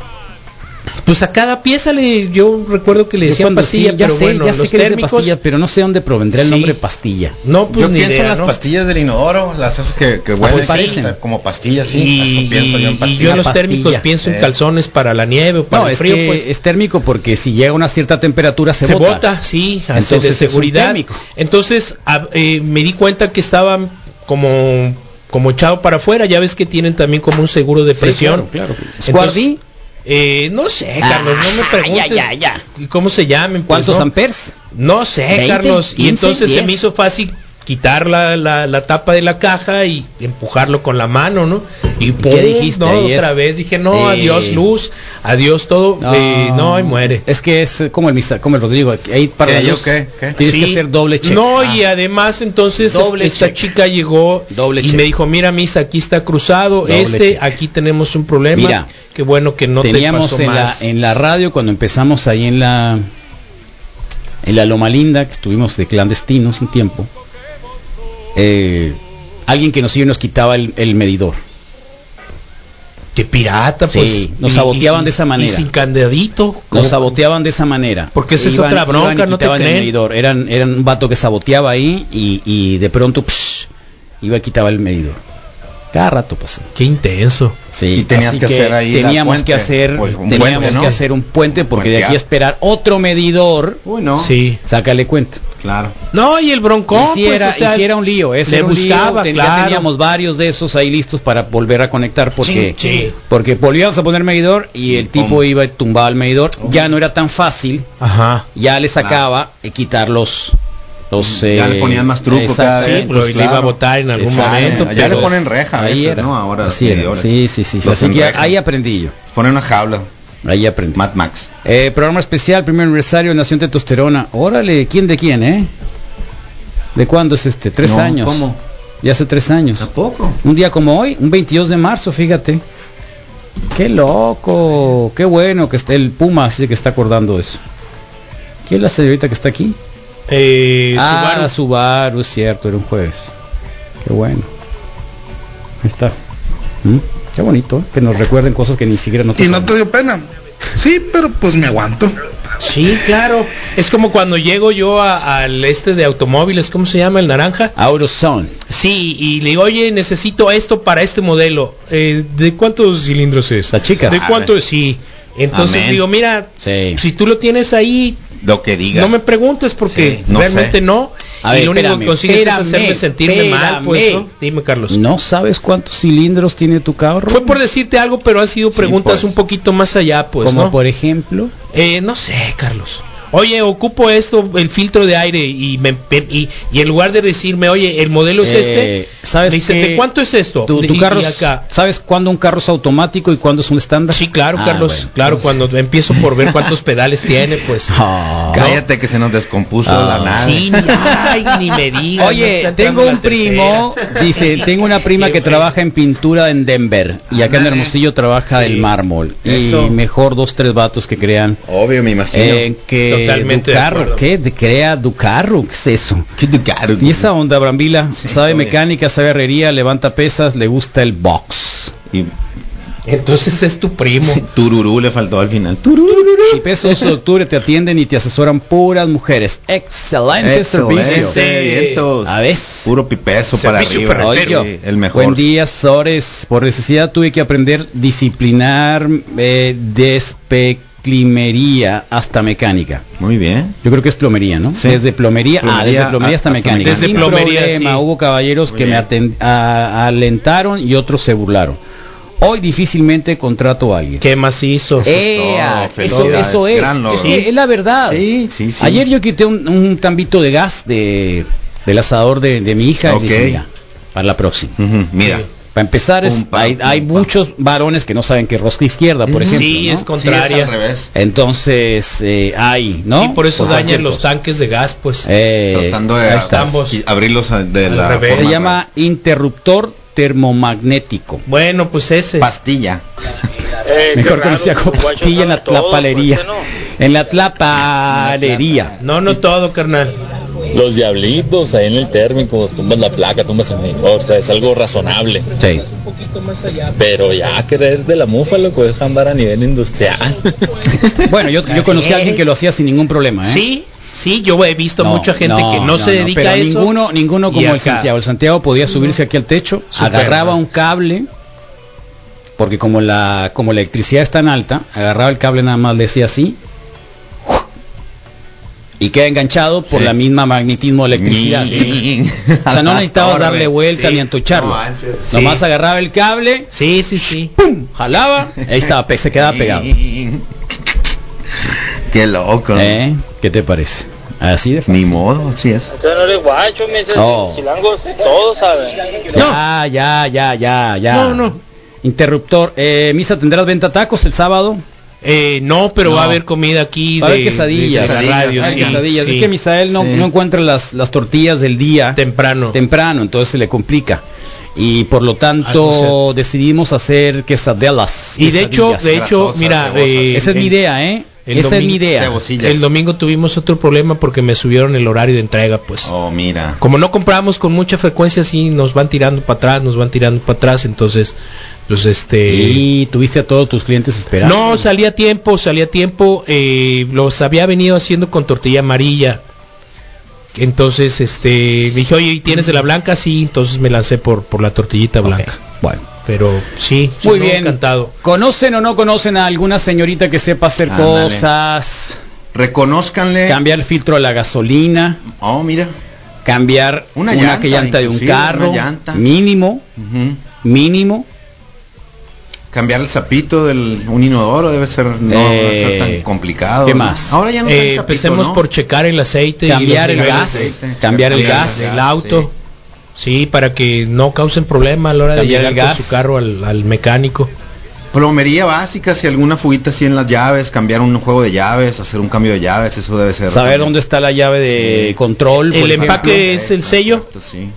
S4: Pues a cada pieza le, yo recuerdo que le
S2: Yo
S4: decían
S2: cuando
S4: pastilla,
S2: sí, ya
S4: pero
S2: sé,
S4: bueno,
S2: ya sé
S4: los
S2: que le dicen
S4: térmicos.
S2: pastillas, pero no sé dónde provendrá el
S4: Sí.
S2: nombre pastilla.
S4: No, pues
S3: yo
S4: ni
S3: pienso
S4: idea,
S3: en las
S4: ¿no?
S3: pastillas del inodoro, las esas que, que huelen,
S2: parecen.
S3: o sea, como pastillas, sí.
S4: Y,
S3: eso pienso yo en
S4: y- y yo
S3: pastillas.
S4: en los
S2: Pastilla.
S4: térmicos pienso
S3: Eh.
S4: en calzones para la nieve o para
S2: No,
S4: el
S2: es
S4: frío,
S2: que
S4: pues.
S2: es térmico porque si llega a una cierta temperatura se,
S4: se
S2: bota.
S4: bota, sí,
S2: Entonces,
S4: entonces de
S2: es un
S4: seguridad.
S2: térmico.
S4: Entonces a- eh, me di cuenta que estaba como como echado para afuera, ya ves que tienen también como un seguro de
S2: Sí,
S4: presión.
S2: claro, claro.
S4: Entonces,
S2: Squardi,
S4: Eh, no sé, Carlos, no me
S2: Ah,
S4: preguntes.
S2: ya, ya, ya.
S4: ¿Cómo se llamen? pues,
S2: ¿Cuántos
S4: no?
S2: amperes?
S4: No sé,
S2: 20,
S4: Carlos.
S2: 15,
S4: y entonces se
S2: 10.
S4: me hizo fácil quitar la, la- la tapa de la caja y empujarlo con la mano, ¿no? Y pum,
S2: dijiste
S4: no,
S2: ahí?
S4: otra
S2: Es-
S4: vez dije, no,
S2: Sí.
S4: adiós luz, adiós todo, eh, no, y muere.
S2: Es que es eh, como el mister, como el Rodrigo, ahí para la
S3: ¿Qué, yo
S2: luz
S3: qué, qué?
S2: tienes que
S4: Sí.
S2: hacer doble check.
S4: No,
S2: Ah.
S4: y además entonces
S2: Doble
S4: es- esta
S2: check.
S4: chica llegó
S2: Doble
S4: y
S2: check.
S4: me dijo, mira misa, aquí está cruzado,
S2: Doble
S4: este,
S2: check.
S4: aquí tenemos un problema.
S2: Mira,
S4: Qué bueno que no te
S2: teníamos
S4: pasó
S2: en la,
S4: más.
S2: en la radio cuando empezamos ahí en la en la Loma Linda, que estuvimos de clandestinos un tiempo, eh, alguien que nos iba y nos quitaba el, el medidor.
S4: Qué pirata,
S2: Sí,
S4: pues.
S2: nos
S4: y-
S2: saboteaban
S4: y-
S2: de esa manera.
S4: Y sin candadito. como-
S2: Nos saboteaban de esa manera.
S4: Porque esa es otra bronca,
S2: y
S4: no te
S2: quitaban el
S4: creen.
S2: medidor. Eran, eran un vato que saboteaba ahí y, y de pronto psh, iba y quitaba el medidor. Cada rato pasó.
S4: Qué intenso.
S2: Sí,
S3: Y tenías
S2: así
S3: que hacer ahí la
S2: teníamos
S3: puente,
S2: que hacer
S3: pues, un
S2: teníamos
S3: puente, ¿no?
S2: que hacer un puente porque de aquí a
S3: Puentear.
S2: esperar otro medidor,
S3: Uy, no.
S4: Sí.
S2: sácale cuenta.
S3: Claro.
S4: No, y el broncón,
S2: y si
S4: pues,
S2: era,
S4: o sea,
S2: y si era un lío, ese
S4: le
S2: era un lío,
S4: buscaba,
S2: ten- ya
S4: claro.
S2: teníamos varios de esos ahí listos para volver a conectar porque
S4: Chin, chin.
S2: porque volvíamos a poner medidor y el tipo
S3: Pum.
S2: iba y tumbaba el medidor, ya no era tan fácil,
S4: Ajá.
S2: ya le sacaba eh, quitar los los eh,
S3: Ya le ponían más truco
S2: exacto,
S3: cada
S2: sí,
S3: vez,
S4: Pues,
S3: Pues,
S4: le iba a
S3: claro.
S4: votar en algún
S2: Eh, exacto,
S4: momento.
S3: ya
S2: pero
S3: le ponen reja a
S2: ahí
S3: veces,
S2: era,
S3: ¿no? Ahora
S2: así
S3: los
S2: era,
S3: medidores.
S2: sí, sí, sí, sí,
S3: Los
S2: así que
S3: enrejan.
S2: ahí aprendí yo.
S3: Ponen una jaula.
S2: Ahí aprendí.
S3: Mad Max.
S2: Eh, programa especial, primer aniversario de Nación Testosterona. Órale, ¿quién de quién, eh? ¿De cuándo es este? Tres
S3: No,
S2: años.
S3: ¿Cómo?
S2: De hace tres años.
S3: ¿A poco?
S2: Un día como hoy, un 22 de marzo, fíjate. Qué loco, qué bueno que esté el Puma, así que está acordando eso. ¿Quién es la señorita que está aquí?
S4: Eh,
S2: ah,
S4: Subaru.
S2: Subaru, es cierto, era un jueves. Qué bueno. Ahí está. ¿Mm? Qué bonito, ¿eh? que nos recuerden cosas que ni siquiera no
S6: Y no
S2: saben.
S6: te dio pena. Sí, pero pues me aguanto.
S4: Sí, claro. Es como cuando llego yo a- al este de automóviles, ¿cómo se llama? El naranja.
S2: Aurosound.
S4: Sí, y le digo, oye, necesito esto para este modelo. Eh, ¿De cuántos cilindros es?
S2: Las chicas.
S4: ¿De cuánto es? Sí. Entonces
S3: Amén.
S4: digo, mira,
S2: Sí.
S4: si tú lo tienes ahí,
S3: Lo que diga.
S4: no me preguntes porque
S3: Sí, no
S4: realmente
S3: sé.
S4: no.
S2: A
S4: y
S2: ver,
S4: lo único
S2: espérame,
S4: que consigues
S2: espérame,
S4: es hacerme sentirme mal, pues,
S2: espérame.
S4: ¿no? Dime, Carlos.
S2: ¿No sabes cuántos cilindros tiene tu carro?
S4: Fue por decirte algo, pero han sido preguntas
S3: pues.
S4: un poquito más allá, pues,
S2: Como
S4: ¿no?
S2: por ejemplo.
S4: Eh, no sé, Carlos. Oye, ocupo esto, el filtro de aire, y, me, pe- y, y en lugar de decirme, oye, el modelo es
S2: eh,
S4: este,
S2: ¿Sabes
S4: me dice,
S2: qué?
S4: ¿de cuánto es esto?
S2: Tu,
S4: De-
S2: tu
S4: y-
S2: carro
S4: y
S2: es-
S4: acá.
S2: ¿Sabes cuándo un carro es automático y cuándo es un estándar?
S4: Sí, claro,
S2: Ah,
S4: Carlos.
S2: bueno,
S4: claro,
S2: entonces-
S4: cuando empiezo por ver cuántos pedales tiene, pues.
S2: Ah.
S3: Cállate que se nos descompuso
S2: Ah,
S3: la nave.
S4: Sí, ni, ay, ni me digas. no
S2: Oye,
S4: está
S2: tengo
S4: entrando la
S2: un primo,
S4: tercera.
S2: dice, tengo una prima
S4: Qué
S2: que
S4: bueno.
S2: trabaja en pintura en Denver y acá en
S3: Ándale.
S2: Hermosillo trabaja
S4: Sí.
S2: el mármol.
S3: Eso.
S2: Y mejor dos, tres vatos que crean
S3: Obvio, me imagino.
S2: eh, que
S4: Totalmente de
S2: Ducarro,
S4: acuerdo.
S2: ¿qué? De- Crea Ducarro, ¿qué es eso?
S3: ¿Qué te caro,
S2: Y esa onda, Brambila,
S3: Sí,
S2: sabe
S3: oye.
S2: mecánica, sabe herrería, levanta pesas, le gusta el box.
S3: Y
S4: Entonces es tu primo.
S3: tururú le faltó al final.
S2: Y peso 11 de octubre te atienden y te asesoran puras mujeres. Excelente servicio.
S4: Excelente.
S3: Vientos.
S2: A veces.
S3: Puro pipeso para
S4: Servicio
S3: arriba.
S4: ferretero.
S3: Oye, el mejor.
S2: Buen día, Sores. Por necesidad tuve que aprender disciplinar eh, despeclimería hasta mecánica.
S3: Muy bien.
S2: Yo creo que es plomería, ¿no?
S3: Sí.
S2: Desde plomería, ah,
S3: Plomería
S2: desde plomería hasta,
S3: hasta mecánica.
S2: mecánica.
S4: Desde
S2: Sin
S4: plomería,
S2: problema,
S4: sí.
S2: hubo caballeros
S3: Muy
S2: que me
S3: bien.
S2: aten- a- alentaron y otros se burlaron. Hoy difícilmente contrato a alguien.
S4: ¿Qué más hizo?
S2: Eh, ¡Ea!
S3: todo,
S2: eso,
S3: felicidades,
S2: eso es.
S3: gran logro.
S2: Es, que es la verdad.
S3: Sí, sí, sí.
S2: Ah, Ayer yo quité un, un tambito de gas de, del asador de, de mi hija y dije,
S3: Ok.
S2: mira, para la próxima.
S3: Ujú, mira.
S2: Para empezar, es-
S3: Pum, pam,
S2: hay,
S3: pum,
S2: hay
S3: pam.
S2: muchos varones que no saben que rosca izquierda, por ejemplo.
S4: sí,
S2: ¿no?
S4: es
S3: Sí, es
S4: contraria.
S3: al revés.
S2: Entonces, eh, hay, ¿no?
S4: Sí, por eso
S2: cualquier
S4: dañan los
S2: cosa.
S4: tanques de gas, pues.
S2: Eh,
S3: Tratando de
S2: ahí
S3: a-
S2: está.
S4: ambos.
S3: y abrirlos a- de
S4: Al
S3: la
S4: revés.
S2: Se
S3: forma-
S2: llama interruptor termomagnético.
S4: Bueno, pues ese.
S3: pastilla.
S5: Eh, qué
S2: Mejor
S5: raro,
S2: conocida
S5: los
S2: como
S5: guachos
S2: pastilla en la
S5: saben todo,
S2: tlapalería.
S5: pues, ¿no?
S2: En la tlapalería.
S4: No, no todo, carnal.
S7: Los diablitos ahí en el térmico, tumbas la placa, tumbas el mejor, o sea, es algo razonable.
S2: Sí.
S7: Pero ya querer de la mufa, loco, es andar a nivel industrial.
S2: Bueno, yo, yo conocí a alguien que lo hacía sin ningún problema, ¿eh?
S4: Sí, sí, yo he visto
S2: No,
S4: mucha gente que no, se dedica
S2: pero
S4: a eso.
S2: Ninguno, ninguno
S4: y
S2: como el
S4: acá.
S2: Santiago. El Santiago podía subirse aquí al techo,
S4: Superman.
S2: agarraba un cable, porque como la, como la electricidad es tan alta, agarraba el cable nada más, le decía así, y queda enganchado por
S3: Sí.
S2: la misma magnetismo de electricidad. O sea, no necesitabas darle vuelta
S4: Sí.
S2: ni antucharlo.
S3: No manches.
S2: Nomás agarraba el cable,
S4: Sí, sí, sí.
S2: ¡pum! jalaba, ahí estaba, pe- se quedaba pegado.
S3: Qué loco.
S2: ¿Eh? ¿Qué te parece? Así de
S3: Ni
S2: fácil.
S3: modo, sí es.
S5: Entonces no eres guacho, me dices,
S2: No.
S5: chilangos, todos saben.
S2: Ya, Ah, ya, ya, ya, ya.
S4: No, no.
S2: Interruptor. Eh, Misa, ¿tendrás venta tacos el sábado?
S4: Eh, no, pero
S2: No.
S4: va a haber comida aquí
S2: Va a haber
S4: de,
S2: quesadillas.
S4: de- de la
S3: Quesadillas,
S4: radio,
S2: Ah,
S3: hay
S4: sí,
S2: quesadillas.
S4: sí.
S2: Es que Misael no,
S3: Sí.
S2: no encuentra las, las tortillas del día
S4: temprano.
S2: temprano, entonces se le complica. Y por lo
S4: Ah,
S2: tanto
S4: no
S2: decidimos hacer quesadelas.
S4: y de hecho, de
S2: quesadillas.
S4: hecho,
S3: Grasosas,
S4: mira,
S3: cebosas.
S4: eh,
S2: esa es mi
S4: el-
S2: idea, ¿eh?
S4: el
S2: Esa es mi
S4: domingo-
S2: idea.
S3: Cebosillas.
S4: El domingo tuvimos otro problema porque me subieron el horario de entrega, pues.
S3: Oh, mira.
S4: Como no compramos con mucha frecuencia, sí, nos van tirando para atrás, nos van tirando para atrás, entonces, pues este...
S2: Y tuviste a todos tus clientes esperando.
S4: No, salí a tiempo, salí a tiempo. eh, los había venido haciendo con tortilla amarilla. Entonces, este, le dije, oye, ¿y ¿tienes de la blanca? Sí, entonces me lancé por, por la tortillita blanca.
S2: Bueno.
S4: Pero sí, sí,
S2: Muy
S4: no,
S2: bien.
S4: encantado.
S2: ¿Conocen o no conocen a alguna señorita que sepa hacer
S3: Ándale.
S2: cosas?
S4: Eh.
S3: Reconózcanle.
S2: Cambiar el filtro a la gasolina,
S3: Oh, mira.
S2: cambiar una,
S3: Una
S2: llanta,
S3: llanta,
S2: que llanta de un
S3: inclusive, una
S2: carro,
S3: llanta.
S2: mínimo,
S3: Ujú.
S2: mínimo.
S3: Cambiar el zapito del un inodoro debe ser no debe ser
S2: Eh,
S3: tan complicado.
S2: ¿qué
S3: ¿no?
S2: más?
S3: Ahora ya no está el
S4: Eh,
S3: zapito,
S4: empecemos
S3: ¿no?
S4: por checar el aceite, y
S2: Cambiar
S4: los
S2: el
S4: niveles
S2: gas,
S4: de-
S2: cambiar el gas,
S4: del auto.
S3: sí.
S4: Sí, para que no causen problema a la hora de
S2: Cambiar el
S4: llegar con
S2: gas.
S4: su carro al, al mecánico.
S3: Plomería básica, si alguna fuguita así en las llaves, cambiar un juego de llaves, hacer un cambio de llaves, eso debe ser.
S2: Saber
S3: también.
S2: dónde está la llave de
S3: Sí.
S2: control.
S4: El
S2: por ejemplo.
S4: empaque es el
S3: Exacto,
S4: sello.
S3: exacto, sí.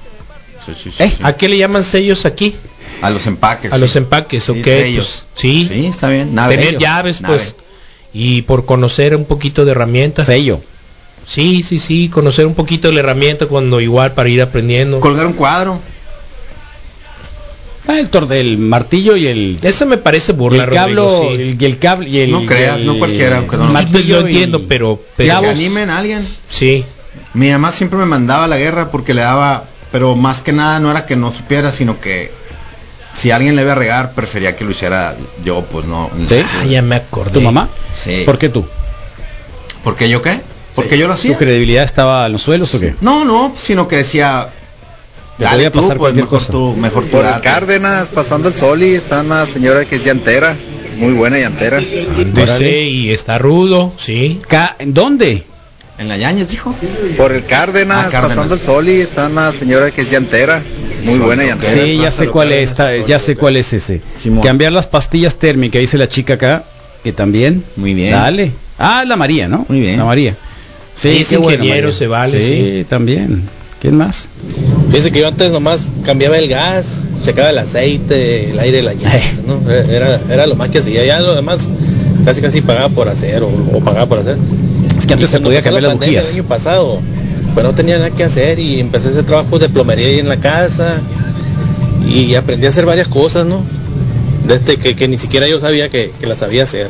S3: Sí, sí, sí,
S2: ¿Eh?
S3: sí.
S4: ¿A qué le llaman sellos aquí?
S3: A los empaques.
S4: A
S3: sí.
S4: los empaques,
S3: Sí,
S4: ok.
S3: sellos.
S4: pues, sí,
S3: Sí, está bien. Nave.
S4: tener
S3: Sello.
S4: llaves,
S3: Nave.
S4: pues. Y por conocer un poquito de herramientas.
S2: sello.
S4: Sí, sí, sí, conocer un poquito de la herramienta cuando igual para ir aprendiendo.
S3: Colgar un cuadro.
S2: Ah, el, tor- el martillo y el,
S4: Eso me parece
S2: y
S4: burla,
S2: el cable
S4: Rodrigo, sí.
S2: el, y el cable y el
S3: No creas,
S2: y el-
S3: no cualquiera, aunque no lo-
S2: martillo
S4: Yo entiendo,
S2: y-
S4: pero,
S3: Que
S4: pero
S3: se animen a alguien.
S4: sí,
S3: Mi mamá siempre me mandaba a la guerra porque le daba, pero más que nada no era que no supiera, sino que si alguien le iba a regar, prefería que lo hiciera yo, pues no.
S2: ¿Sí?
S4: Ah, ya me acordé.
S2: ¿Tu mamá?
S3: Sí.
S2: ¿Por qué tú?
S3: ¿Por qué yo qué? Porque yo lo hacía.
S2: ¿Tu credibilidad estaba en los suelos o qué?
S3: No, no, sino que decía,
S2: Le
S3: dale
S2: podía
S3: tú,
S2: pasar
S3: pues
S2: cualquier
S3: mejor
S2: cosa.
S3: tú, mejor tú
S8: Por el
S3: date.
S8: Cárdenas, pasando el sol y está una señora que es llantera, muy buena llantera.
S4: Dice, y está rudo, sí.
S2: Ca- ¿en ¿Dónde?
S3: En la Yañez, dijo.
S8: Por el Cárdenas,
S3: Ah, Cárdenas.
S8: pasando el sol y está una señora que es llantera, muy buena llantera.
S2: Sí, ya sé cuál es, esta- ya sé cuál es ese.
S3: Simón.
S2: Cambiar las pastillas térmicas, dice la chica acá, que también.
S3: Muy bien.
S2: Dale. Ah, la María, ¿no?
S3: Muy bien.
S2: La María.
S4: Sí,
S2: Sí,
S4: es
S2: qué bueno,
S4: ingeniero,
S2: María.
S4: se vale,
S2: Sí, también. ¿Quién más?
S9: Fíjense que yo antes nomás cambiaba el gas, checaba el aceite, Este, el aire, la llave,
S2: Eh.
S9: ¿no? Era, era lo más que hacía. Ya lo demás casi casi pagaba por hacer o, o pagaba por hacer.
S2: Es que antes
S9: Y
S2: se
S9: cuando
S2: podía
S9: pasó
S2: cambiar
S9: la
S2: las
S9: pandemia
S2: bujías.
S9: El año pasado, pues no tenía nada que hacer y empecé ese trabajo de plomería ahí en la casa y aprendí a hacer varias cosas, ¿no? Desde que, que ni siquiera yo sabía que, que las sabía hacer.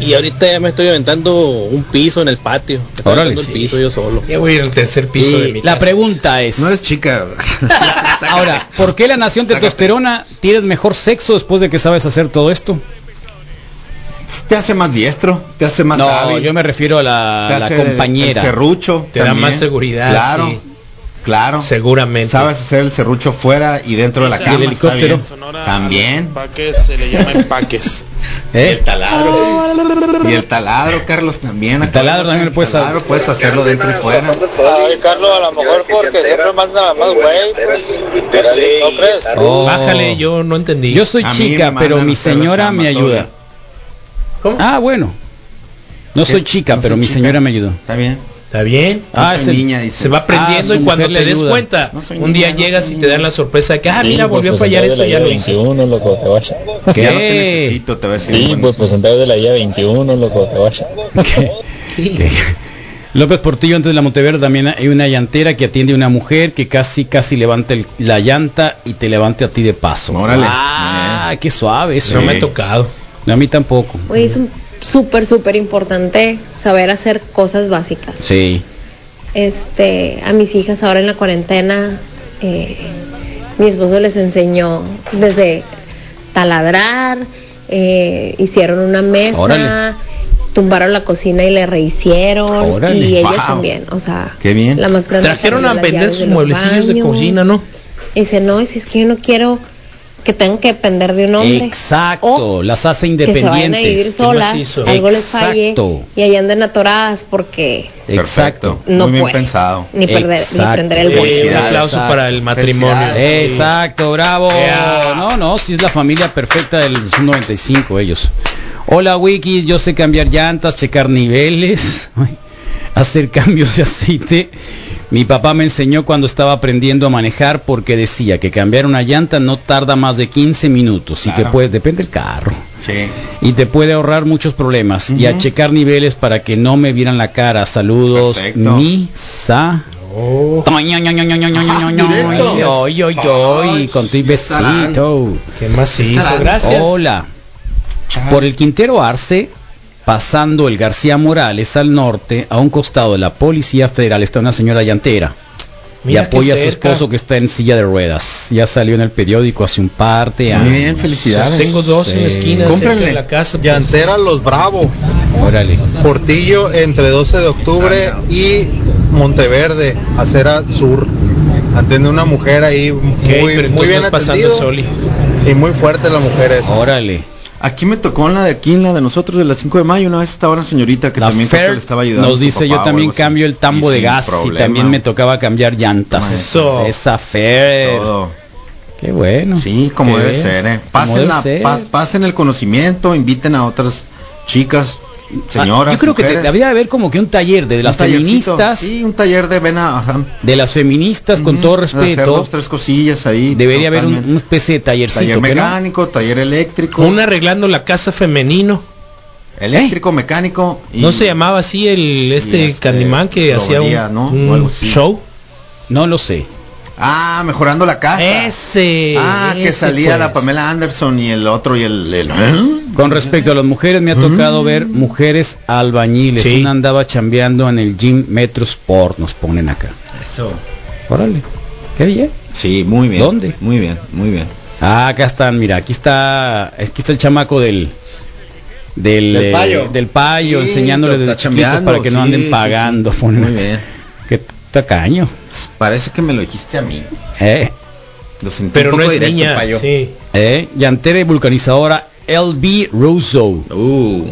S9: Y ahorita ya me estoy aventando un piso en el patio. Me estoy
S2: Órale.
S9: aventando el piso yo solo.
S4: Ya voy al tercer piso de mi
S2: Y la
S4: casa.
S2: pregunta es,
S3: No eres chica.
S2: ahora, ¿por qué la nación testosterona tienes mejor sexo después de que sabes hacer todo esto?
S3: Te hace más diestro, te hace más
S2: no,
S3: hábil.
S2: yo me refiero a la,
S3: te
S2: la
S3: hace el-
S2: compañera.
S3: El serrucho.
S4: Te da más seguridad,
S3: Claro.
S4: sí.
S3: Claro.
S4: Seguramente.
S3: Sabes hacer el serrucho fuera y dentro de la cama.
S2: el
S3: está bien.
S2: helicóptero.
S3: También.
S10: Empaques se le llama empaques.
S3: Y
S2: ¿Eh?
S3: el taladro. y el taladro, Carlos, también.
S2: El taladro también lo puedes
S3: El taladro
S2: hacer.
S3: puedes hacerlo dentro y fuera.
S5: Ay, Carlos, a lo mejor porque siempre manda más güey, pues, pues, sí, ¿no crees?
S2: Oh.
S4: Bájale, yo no entendí.
S2: Yo soy
S3: A mí me
S2: chica,
S3: mandan
S2: pero
S3: a
S2: mi
S3: hacer la
S2: señora
S3: chamba
S2: me ayuda.
S4: ¿Cómo?
S2: Ah, bueno. No
S3: ¿Qué?
S2: soy chica,
S3: No
S2: pero
S3: soy
S2: mi
S3: chica.
S2: señora me ayudó.
S3: Está bien.
S4: Está bien.
S3: No
S2: Ah,
S3: soy
S2: es el-
S3: niña, dice.
S4: Se va
S2: Ah,
S4: aprendiendo
S2: su
S4: y cuando
S2: mujer
S4: te
S2: le
S4: des
S2: ayuda.
S4: cuenta,
S3: No soy
S4: un día
S3: niña, no
S4: llegas
S3: soy
S4: y te dan
S3: niña.
S4: la sorpresa de que, ah,
S7: Sí,
S4: mira,
S7: pues,
S4: volvió a fallar
S7: presentado
S4: esto,
S7: de
S4: ya
S7: la
S4: lo
S7: llave
S4: hice.
S7: 21, loco, te vaya.
S2: ¿Qué?
S3: Ya no te necesito, te va a decir.
S7: Sí,
S3: Bueno,
S7: pues presentado de la llave 21, loco, te vaya.
S2: ¿Qué? López Portillo antes de la Monteverde también hay una llantera que atiende a una mujer que casi casi levanta el- la llanta y te levante a ti de paso.
S3: Órale.
S2: Ah, qué suave eso.
S4: No me ha
S2: Sí.
S4: tocado.
S2: No, a mí tampoco.
S11: Oye, es un- súper, súper importante saber hacer cosas básicas.
S2: Sí.
S11: Este, a mis hijas ahora en la cuarentena, eh, mi esposo les enseñó desde taladrar, eh, hicieron una mesa,
S2: Órale.
S11: tumbaron la cocina y le rehicieron
S3: Órale.
S11: y ellos
S3: Wow.
S11: también, o sea,
S3: Qué bien.
S11: la más grande
S4: Trajeron
S11: cambió
S4: a
S11: las
S4: vender
S11: llaves
S4: sus
S11: los
S4: mueblecillos de
S11: baños.
S4: cocina, ¿no?
S11: Y dice, "No, y si es que yo no quiero que tengan que depender de un hombre."
S2: Exacto,
S11: O
S2: las hace
S11: que se vayan a vivir
S2: independientes.
S11: solas, algo les falle
S2: Exacto.
S11: y ahí anden atoradas porque
S2: Exacto.
S11: No Muy bien puede.
S3: pensado.
S11: Ni perder- ni prender el
S4: Eh, un Felicidades. aplauso
S2: Exacto.
S4: para el matrimonio.
S2: Felicidades. Exacto, bravo. No, no, si es la familia perfecta del Sub 95 ellos. Hola Wiki, yo sé cambiar llantas, checar niveles, hacer cambios de aceite. Mi papá me enseñó cuando estaba aprendiendo a manejar porque decía que cambiar una llanta no tarda más de 15 minutos y que
S3: Claro.
S2: puede, depende del carro.
S3: Sí.
S2: Y te puede ahorrar muchos problemas. Y a
S3: Ujú.
S2: checar niveles para que no me vieran la cara. Saludos.
S3: Perfecto. Oh.
S2: Misa. Toño, ño, ño, ño, ño, ño, ño, ño, ño.
S3: directo.
S2: Ay, ay, ay,
S3: Ay,
S2: Con tu
S3: ya estarán.
S2: besito.
S4: ¿Qué más hizo?
S3: Estarán.
S4: Gracias.
S2: Hola. Por el Quintero Arce, pasando el García Morales al norte, a un costado de la Policía Federal, está una señora llantera.
S4: Mira
S2: y
S4: qué
S2: apoya a su
S4: cerca.
S2: esposo que está en silla de ruedas. Ya salió en el periódico hace un par de
S3: Muy
S2: años.
S3: bien, felicidades.
S4: Tengo dos en la
S2: Sí.
S4: esquina, cerca
S8: Cómprenle.
S4: de la casa. pues.
S8: Llantera Los Bravo,
S2: Órale.
S8: Portillo entre 12 de octubre y Monteverde, acera sur. Atiende una mujer ahí
S4: Ok, pero
S8: muy, muy
S4: entonces
S8: bien
S4: no es pasando
S8: atendido
S4: Soli.
S8: y muy fuerte la mujer esa.
S2: Órale.
S3: Aquí me tocó en la de aquí, en la de nosotros, de las 5 de mayo. Una vez estaba una señorita que
S2: La
S3: también creo que
S2: Fer
S3: le estaba ayudando.
S2: nos
S3: su
S2: dice
S3: papá
S2: yo
S3: o
S2: también
S3: algo así.
S2: cambio el tambo
S3: Y
S2: de
S3: sin
S2: gas y
S3: problema.
S2: también me tocaba cambiar llantas.
S3: Eso.
S2: Esa Fer.
S3: Todo.
S2: Qué bueno.
S3: Sí, como
S2: ¿Qué
S3: debe
S2: ves?
S3: ser, eh.
S2: Como
S3: Pasen,
S2: debe
S3: la-
S2: ser. Ah,
S3: pa- pasen el conocimiento, inviten a otras chicas, señoras.
S2: Ah, yo creo que te-
S3: mujeres.
S2: había de haber como que un taller de
S3: Un
S2: las
S3: tallercito.
S2: feministas,
S3: Sí, un taller de vena. ajá.
S2: de las feministas con
S3: Ujú,
S2: todo
S3: Hacer
S2: respeto,
S3: dos, tres cosillas ahí.
S2: debería haber un-
S3: totalmente.
S2: una especie de tallercito,
S3: taller
S2: ¿qué no?
S3: mecánico, taller eléctrico.
S4: Un arreglando la casa femenino.
S3: Eléctrico, mecánico. y-
S4: no se llamaba así el este,
S3: y este,
S4: Candimán que hacía
S3: Lobería,
S4: un,
S3: ¿no?
S4: un
S3: O algo así.
S4: show.
S2: No lo sé.
S3: Ah, mejorando la casa.
S4: Ese.
S3: Ah, que
S4: ese,
S3: salía la
S4: pues.
S3: Pamela Anderson y el otro y el... el-
S2: Con respecto a las mujeres, me ha
S3: Mm.
S2: tocado ver mujeres albañiles.
S4: Sí.
S2: Una andaba chambeando en el gym Metro Sport, nos ponen acá.
S4: Eso.
S2: Órale, qué bien.
S3: Sí, muy bien.
S2: ¿Dónde?
S3: Muy bien, muy bien.
S2: Ah, acá están, mira, aquí está, aquí está el chamaco del del,
S3: Del
S2: eh,
S3: payo.
S2: del payo
S3: Sí,
S2: enseñándole
S3: lo
S2: desde
S3: está
S2: chiquitos para
S3: chambeando,
S2: que no
S3: sí,
S2: anden
S3: sí,
S2: pagando.
S3: sí.
S2: ponen
S3: Muy
S2: acá.
S3: bien.
S2: Qué tacaño.
S3: Parece que me lo dijiste a mí.
S2: Eh,
S3: Lo sentí
S4: Pero
S3: un poco
S4: no es
S3: directo,
S4: niña.
S3: payo.
S4: Sí.
S2: eh, llantera y vulcanizadora LB Russo.
S3: Uh,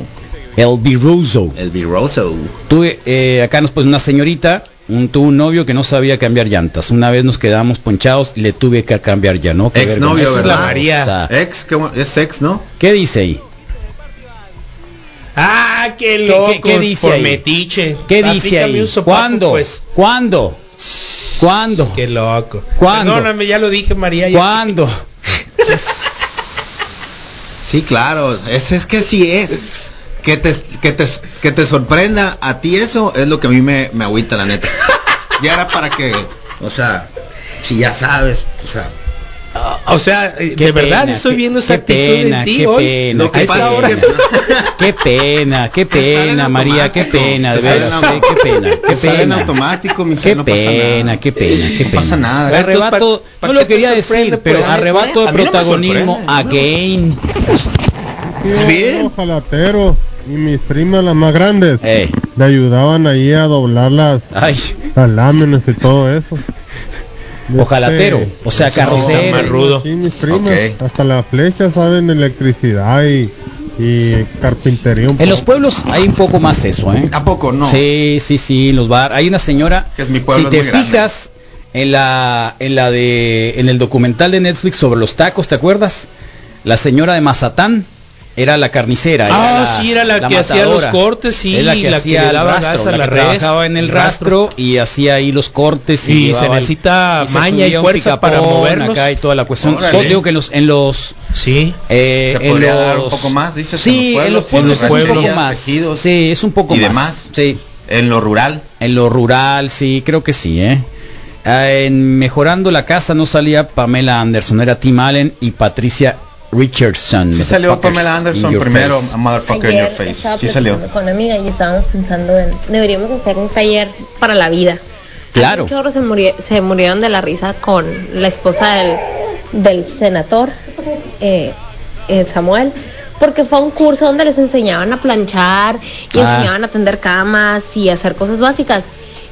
S2: LB Russo.
S3: el Viroso.
S2: Tuve, eh, acá nos pone una señorita, un, tuvo un novio que no sabía cambiar llantas. Una vez nos quedamos ponchados y le tuve que cambiar ya, ¿no? Qué
S3: Exnovio,
S2: vergüenza.
S3: ¿verdad?
S2: Esa es la María. Eh,
S3: Ex, qué bueno, es ex, ¿no?
S2: ¿Qué dice ahí?
S4: Ah, qué
S2: qué-
S4: loco.
S2: qué dice
S4: por
S2: ahí?
S4: metiche.
S2: ¿Qué
S4: Aplícame
S2: dice ahí?
S4: un sopapo,
S2: ¿Cuándo?
S4: pues.
S2: ¿Cuándo? ¿Cuándo?
S4: Qué loco.
S2: ¿Cuándo?
S4: Perdóname, ya lo dije, María. ya-
S2: ¿Cuándo?
S3: Sí, claro. Es, es que sí es. Que te, que, te, que te sorprenda a ti eso es lo que a mí me, me agüita, la neta. Y era para que, o sea, si ya sabes, o sea,
S4: O sea, eh,
S2: Qué
S4: de verdad
S2: pena,
S4: estoy
S2: qué-
S4: viendo
S2: qué
S4: esa actitud
S2: pena,
S4: en ti
S2: qué
S4: hoy.
S2: pena,
S4: a
S3: qué
S4: esta
S3: pena.
S4: hora.
S2: Qué pena, qué
S3: sale en
S2: pena, María, qué
S3: automático.
S2: pena, de
S3: Te sale en
S2: veras, sí,
S3: automático.
S2: qué pena, qué
S3: te sale en
S2: pena.
S3: automático, mi
S2: Qué
S3: cielo, no pasa
S2: pena,
S3: nada.
S2: qué pena, qué
S3: No
S2: pena.
S3: pasa nada. Esto es pa-
S2: Arrebato, no
S3: pa-
S2: lo
S3: ¿qué te
S2: quería
S3: sorprende,
S2: decir, pero
S3: pues?
S2: arrebato
S3: A mí no
S2: de
S3: me
S2: protagonismo
S3: sorprende, no me
S2: again.
S3: Bien. Eh.
S12: jalateros y mis primas las más grandes
S2: Ey,
S12: le ayudaban ahí a doblar las,
S2: Eh, Ay,
S12: las láminas y todo eso.
S2: ojalatero,
S12: Este,
S2: o sea,
S3: está más
S2: carrocero.
S3: rudo.
S12: Sí, mis primas.
S3: Ok.
S12: Hasta la flecha saben electricidad y, y carpintería. un
S2: En los
S12: poco.
S2: pueblos hay un poco más eso, ¿eh?
S3: ¿A poco no?
S2: Sí, sí, sí, los bar. Hay una señora.
S3: Que es mi pueblo,
S2: si te
S3: es muy grande.
S2: fijas en la en la de en el documental de Netflix sobre los tacos, ¿te acuerdas? La señora de Mazatán era la carnicera.
S4: Ah,
S2: la-
S4: sí, era la que hacía los
S2: matadora.
S4: cortes, sí,
S2: Es la que
S4: la que
S2: hacía
S4: le
S2: el
S4: daba
S2: rastro,
S4: gas a
S2: la
S4: la
S2: que
S4: red,
S2: trabajaba en el
S4: el
S2: rastro, y hacía ahí los cortes
S4: Y se
S2: llevaba el-
S4: necesita
S2: y se
S4: maña y
S2: subía un
S4: fuerza para
S2: picapón
S4: moverlos.
S2: acá y toda la cuestión.
S3: Órale.
S2: Yo digo que en los en los
S4: Sí.
S2: eh,
S3: Se
S2: en
S3: podría
S2: los-
S3: dar un poco más, dices,
S2: Sí, en los pueblos,
S3: en los
S2: es un poco
S3: rancherías,
S2: más.
S3: ejidos.
S2: Sí, es un poco
S3: Y
S2: más.
S3: demás.
S2: Sí.
S3: En lo rural.
S2: En lo rural, sí, creo que sí, ¿eh? Ah, En Mejorando la Casa no salía Pamela Anderson, era Tim Allen y Patricia Richardson.
S3: Sí salió
S2: Motherfuckers
S3: Pamela
S2: in
S3: Anderson
S2: your
S3: primero,
S2: face.
S3: a motherfucker in
S11: Ayer
S3: your face.
S11: estaba
S3: Sí salió.
S11: platicando con una amiga y estábamos pensando en deberíamos hacer un taller para la vida.
S2: Claro.
S11: Hace un chorro se, muri- se murieron de la risa con la esposa del, del senador eh, eh, Samuel porque fue a un curso donde les enseñaban a planchar y
S2: Ah.
S11: enseñaban a tender camas y hacer cosas básicas.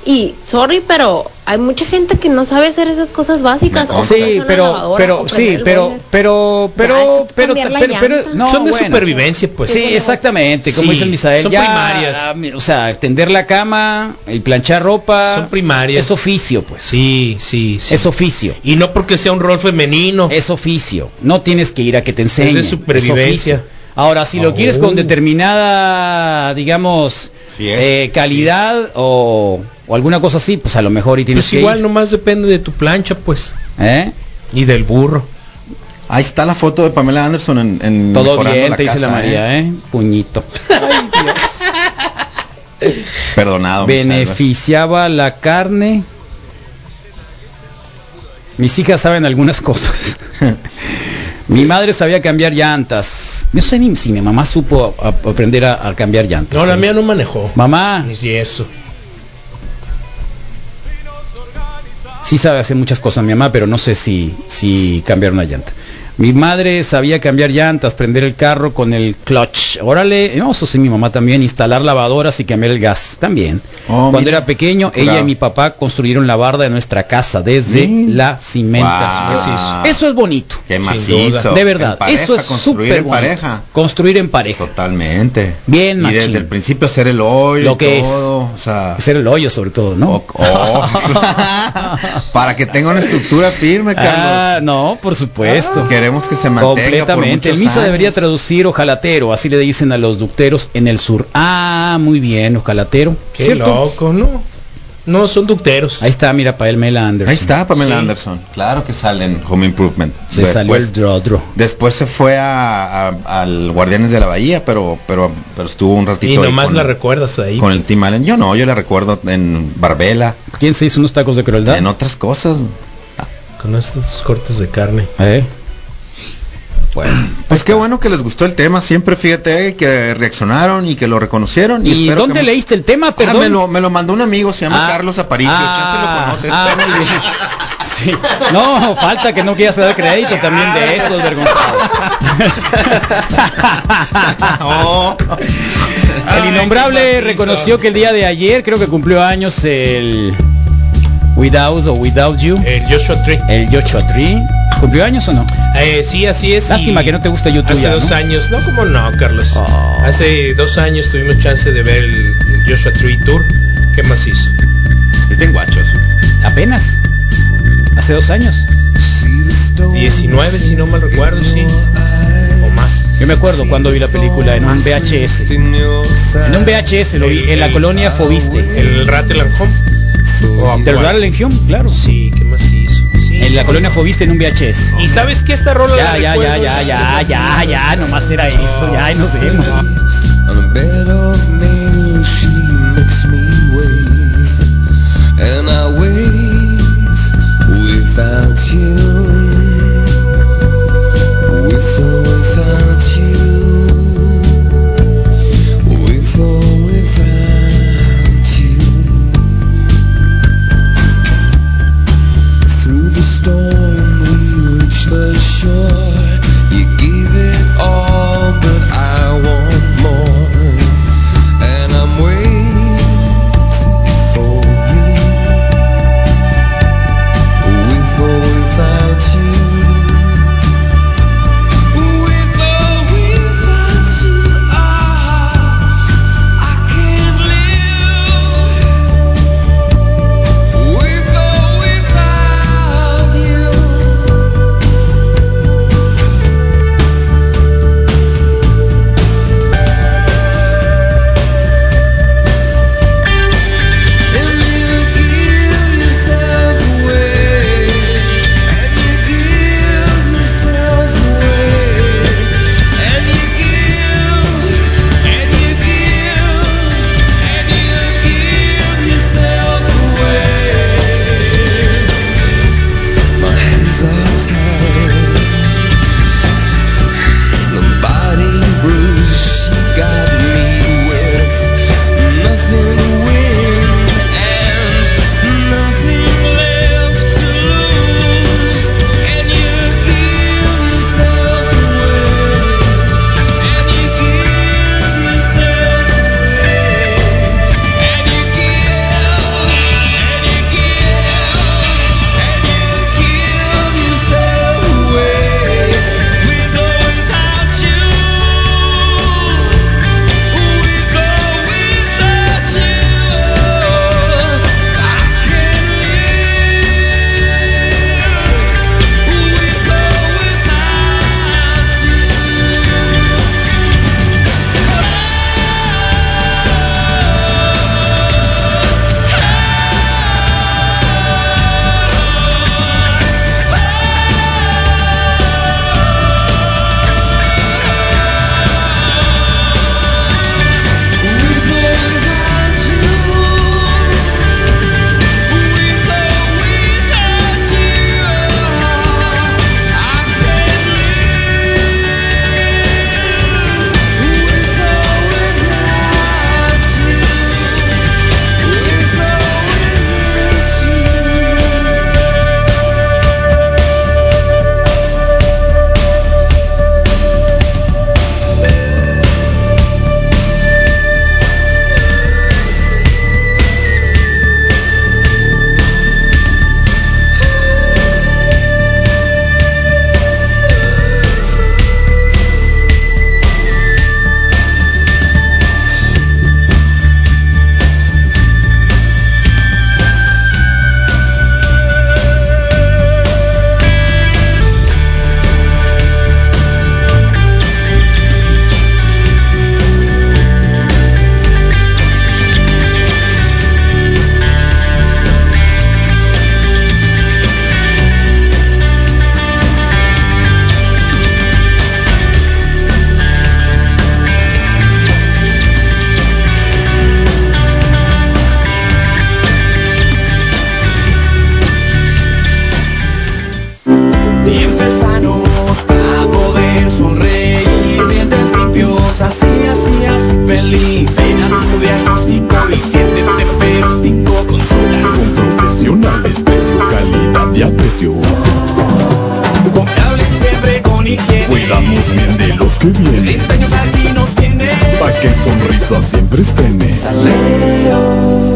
S11: Y, sorry, pero hay mucha gente que no sabe hacer esas cosas básicas. o pasarse
S2: Sí,
S11: una
S2: pero,
S11: lavadora, o
S2: pero,
S11: prender
S2: sí,
S11: el
S2: pero,
S11: boiler.
S2: pero, pero, pero,
S11: cambiar la
S2: pero, pero-
S11: llanta.
S2: no,
S4: Son de
S2: bueno.
S4: supervivencia, pues.
S2: Sí, exactamente, como
S4: Sí,
S2: dice el Misael.
S4: son
S2: ya,
S4: primarias.
S2: ah, O sea, tender la cama, el planchar ropa.
S4: Son primarias.
S2: Es oficio, pues.
S4: Sí, sí, sí.
S2: Es oficio.
S4: Y no porque sea un rol femenino.
S2: Es oficio. No tienes que ir a que te enseñen.
S4: Es de supervivencia.
S2: oficio. Ahora, si lo
S3: Ah,
S4: Oh.
S2: quieres con determinada, digamos, eh, calidad o, o alguna cosa así, pues a lo mejor y tienes
S4: Pues
S2: que
S4: igual
S2: ir.
S4: nomás depende de tu plancha, pues.
S2: ¿eh?
S4: Y del burro.
S3: Ahí está la foto de Pamela Anderson en, en
S2: Todo
S3: mejorando
S2: bien, te dice la
S3: casa, ¿eh?
S2: María, ¿eh? Puñito.
S3: Perdonado. mis almas.
S2: Beneficiaba la carne. Mis hijas saben algunas cosas. mi madre sabía cambiar llantas. No sé ni si mi mamá supo a- aprender a, a cambiar llantas.
S4: No, la
S2: ¿eh?
S4: mía no manejó.
S2: Mamá,
S4: Ni si eso.
S2: sí sabe hacer muchas cosas mi mamá, pero no sé si, si cambiar una llanta. Mi madre sabía cambiar llantas, prender el carro con el clutch. Órale, no, eso sí, mi mamá también, instalar lavadoras y cambiar el gas también.
S3: Oh,
S2: Cuando
S3: mira.
S2: era pequeño, ella y
S3: Claro.
S2: mi papá construyeron la barda de nuestra casa desde
S3: Mm.
S2: la cimenta.
S3: Wow.
S2: Eso es- Eso es bonito.
S3: Qué
S4: Sin
S3: macizo.
S4: duda.
S2: De verdad,
S3: En pareja,
S2: eso es
S3: construir
S2: súper
S3: en
S2: bonito.
S3: pareja.
S2: Construir en pareja.
S3: Totalmente.
S2: Bien,
S3: Y
S2: machín.
S3: desde el principio hacer el hoyo
S2: Lo
S3: y
S2: que es.
S3: todo, o sea,
S2: Hacer el hoyo sobre todo, ¿no?
S3: o- o- para que tenga una estructura firme, Carlos. Ah.
S2: Ah, no, por supuesto.
S3: Queremos que se mantenga
S2: Completamente.
S3: por
S2: El
S3: muchos
S2: misa
S3: años.
S2: debería traducir ojalatero, así le dicen a los ducteros en el sur. Ah, muy bien, ojalatero.
S4: Qué
S2: ¿Cierto?
S4: loco, ¿no? No, son ducteros.
S2: Ahí está, mira, Pael Mela Anderson.
S3: Ahí está Pamela
S4: Sí.
S3: Anderson. Claro que salen Home Improvement.
S2: Se salió
S3: pues.
S2: el drodro.
S3: después se fue a, a- al Guardianes de la Bahía, pero pero pero estuvo un ratito
S4: Y
S3: ahí
S4: nomás
S3: con,
S4: la recuerdas ahí.
S3: con el Team Allen. Yo no, yo la recuerdo en Barbela,
S2: ¿Quién se hizo unos tacos de crueldad?
S3: en otras cosas.
S4: Con estos cortes de carne.
S2: ¿Eh? Bueno.
S3: Pues qué bueno que les gustó el tema, siempre fíjate eh, que reaccionaron y que lo reconocieron.
S2: ¿Y
S3: espero
S2: dónde
S3: que-
S2: leíste el tema?
S3: Ah,
S2: Perdón.
S3: me, lo, me lo mandó un amigo, se llama
S2: Ah,
S3: Carlos Aparicio,
S2: ah,
S3: chance lo conoces.
S2: ah, muy bien. Sí. No, falta que no quieras dar crédito también de eso, es vergonzado.
S3: Oh. Ah,
S2: El innombrable reconoció que el día de ayer creo que cumplió años el Without o Without You,
S4: El Joshua Tree.
S2: el Joshua Tree. ¿Cumplió años o no?
S4: Eh, sí, así es.
S2: Lástima
S4: y
S2: que no te gusta YouTube.
S4: Hace
S2: ya,
S4: dos
S2: ¿no?
S4: años, no, como no, Carlos.
S2: Oh.
S4: Hace dos años tuvimos chance de ver el, el Joshua Tree Tour. ¿Qué más hizo?
S3: Es bien guacho eso.
S2: Apenas. Hace dos años.
S4: 19, si no mal recuerdo, sí. O más.
S2: Yo me acuerdo cuando vi la película en un VHS. En un VHS lo vi en la colonia Fobiste.
S4: El Rattle and Home. O
S2: ¿Te lo
S4: Aqua.
S2: da la legión? Claro.
S4: Sí, ¿qué más hizo? Sí.
S2: En la colonia Fobiste en un VHS.
S4: ¿Y sabes que esta rola
S2: Ya,
S4: la
S2: ya, ya,
S4: recuerdo?
S2: ya, ya, ya, ya, nomás era eso, ya, y nos vemos.
S1: Shore, you give it all, but I want more.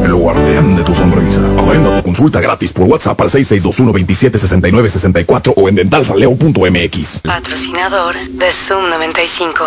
S9: El guardián de tu sonrisa. Agenda tu consulta gratis por WhatsApp al 6621-2769-64 o en dentalsaleo.mx.
S11: Patrocinador de Zoom 95.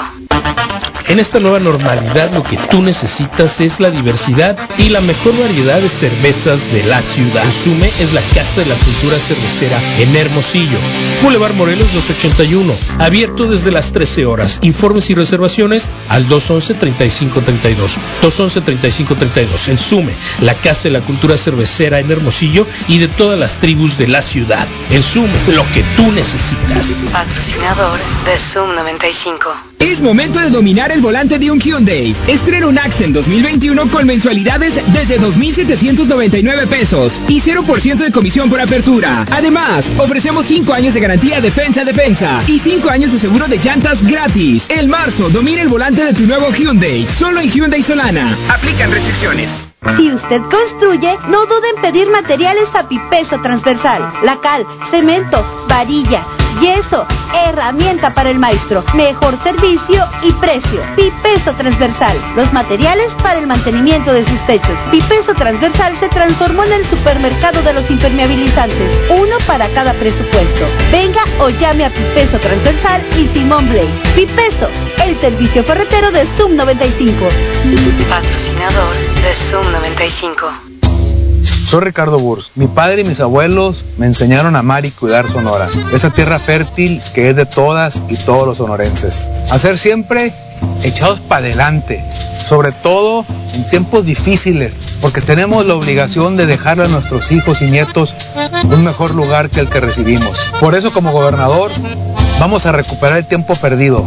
S4: En esta nueva normalidad lo que tú necesitas es la diversidad y la mejor variedad de cervezas de la ciudad. Consume es la Casa de la Cultura Cervecera en Hermosillo. Boulevard Morelos 281. Abierto desde las 13 horas. Informes y reservaciones al 211-3532. 211-3532. En Sume, la Casa de la Cultura Cervecera en Hermosillo y de todas las tribus de la ciudad. En Sume, lo que tú necesitas.
S11: Patrocinador de Zoom 95.
S2: Es momento de dominar el volante de un Hyundai. Estrena un Accent 2021 con mensualidades desde 2.799 pesos y 0% de comisión por apertura. Además, ofrecemos 5 años de garantía defensa-defensa y 5 años de seguro de llantas gratis. El marzo domina el volante de tu nuevo Hyundai, solo en Hyundai Solana. Aplican restricciones.
S13: Si usted construye, no dude en pedir materiales tapipesa transversal, la cal, cemento, varilla yeso, herramienta para el maestro, mejor servicio y precio. Pipeso Transversal, los materiales para el mantenimiento de sus techos. Pipeso Transversal se transformó en el supermercado de los impermeabilizantes, uno para cada presupuesto. Venga o llame a Pipeso Transversal y Simón Blake. Pipeso, el servicio ferretero de Zoom 95.
S11: Patrocinador de Zoom 95.
S3: Soy Ricardo Burs. Mi padre y mis abuelos me enseñaron a amar y cuidar Sonora, esa tierra fértil que es de todas y todos los sonorenses. A ser siempre echados para adelante, sobre todo en tiempos difíciles, porque tenemos la obligación de dejarle a nuestros hijos y nietos un mejor lugar que el que recibimos. Por eso como gobernador vamos a recuperar el tiempo perdido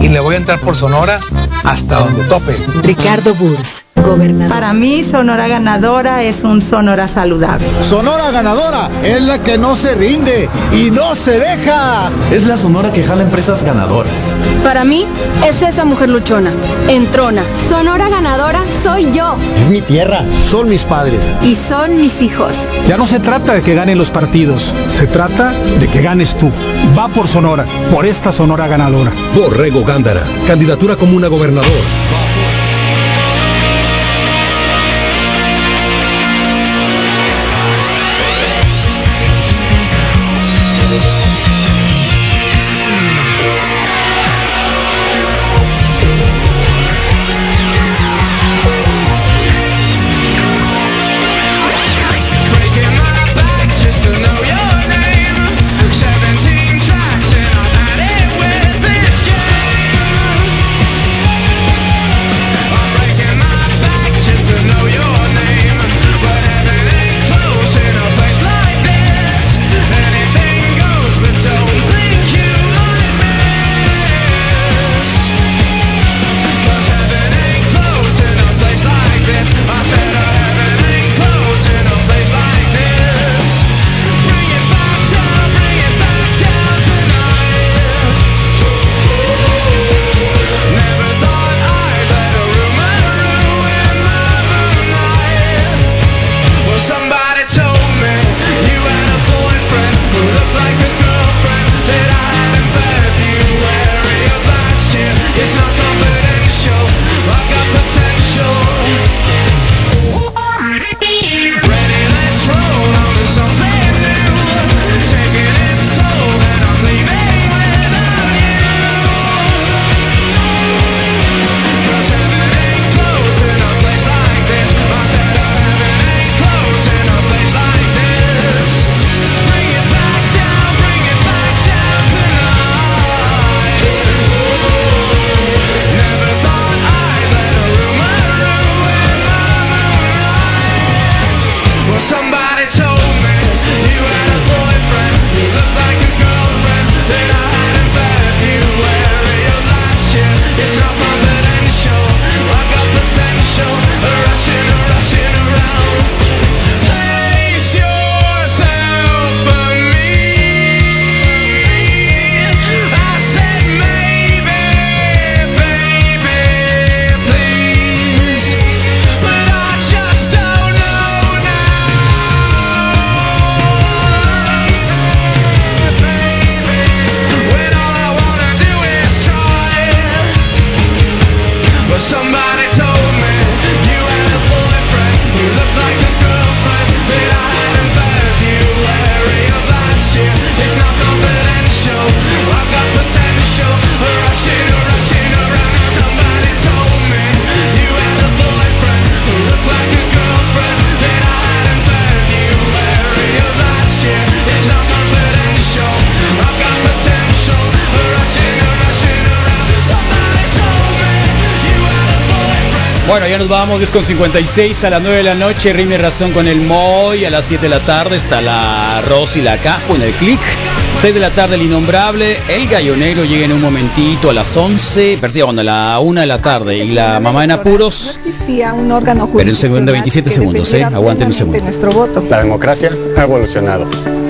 S3: y le voy a entrar por Sonora hasta donde tope.
S11: Ricardo Burs, gobernador.
S14: Para mí, Sonora ganadora es un Sonora saludable.
S15: Sonora ganadora es la que no se rinde y no se deja.
S16: Es la Sonora que jala empresas ganadoras.
S17: Para mí, es esa mujer luchona, entrona. Sonora ganadora soy yo.
S18: Es mi tierra, son mis padres.
S19: Y son mis hijos.
S20: Ya no se trata de que ganen los partidos, se trata de que ganes tú. Va por Sonora, por esta Sonora ganadora.
S21: Borrego Gándara, candidatura común a gobernador.
S2: Bueno, ya nos vamos, 10 con 56 a las 9 de la noche, Rime Razón con el Moy, a las 7 de la tarde está la Rosy, la Cajo en el Click, 6 de la tarde el Innombrable, el Gallo Negro llega en un momentito a las 11, perdida cuando a la 1 de la tarde y la mamá en apuros.
S6: existía un órgano
S2: Pero un
S6: judicial
S2: segundo, 27
S6: que
S2: segundos, ¿eh?
S6: defendiera
S2: Aguanten un segundo.
S6: plenamente nuestro voto.
S9: La democracia ha evolucionado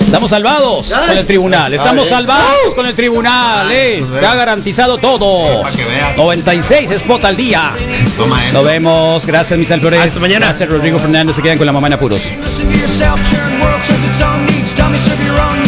S2: Estamos salvados con el tribunal, estamos salvados con el tribunal, ¿eh? Se ha garantizado todo. 96 spot al día. Nos vemos, gracias Misael Flores. Hasta mañana. Gracias Rodrigo Fernández, se quedan con la mamá en apuros.
S22: Sick of yourself, churn world, serve your own needs, dummies, serve your own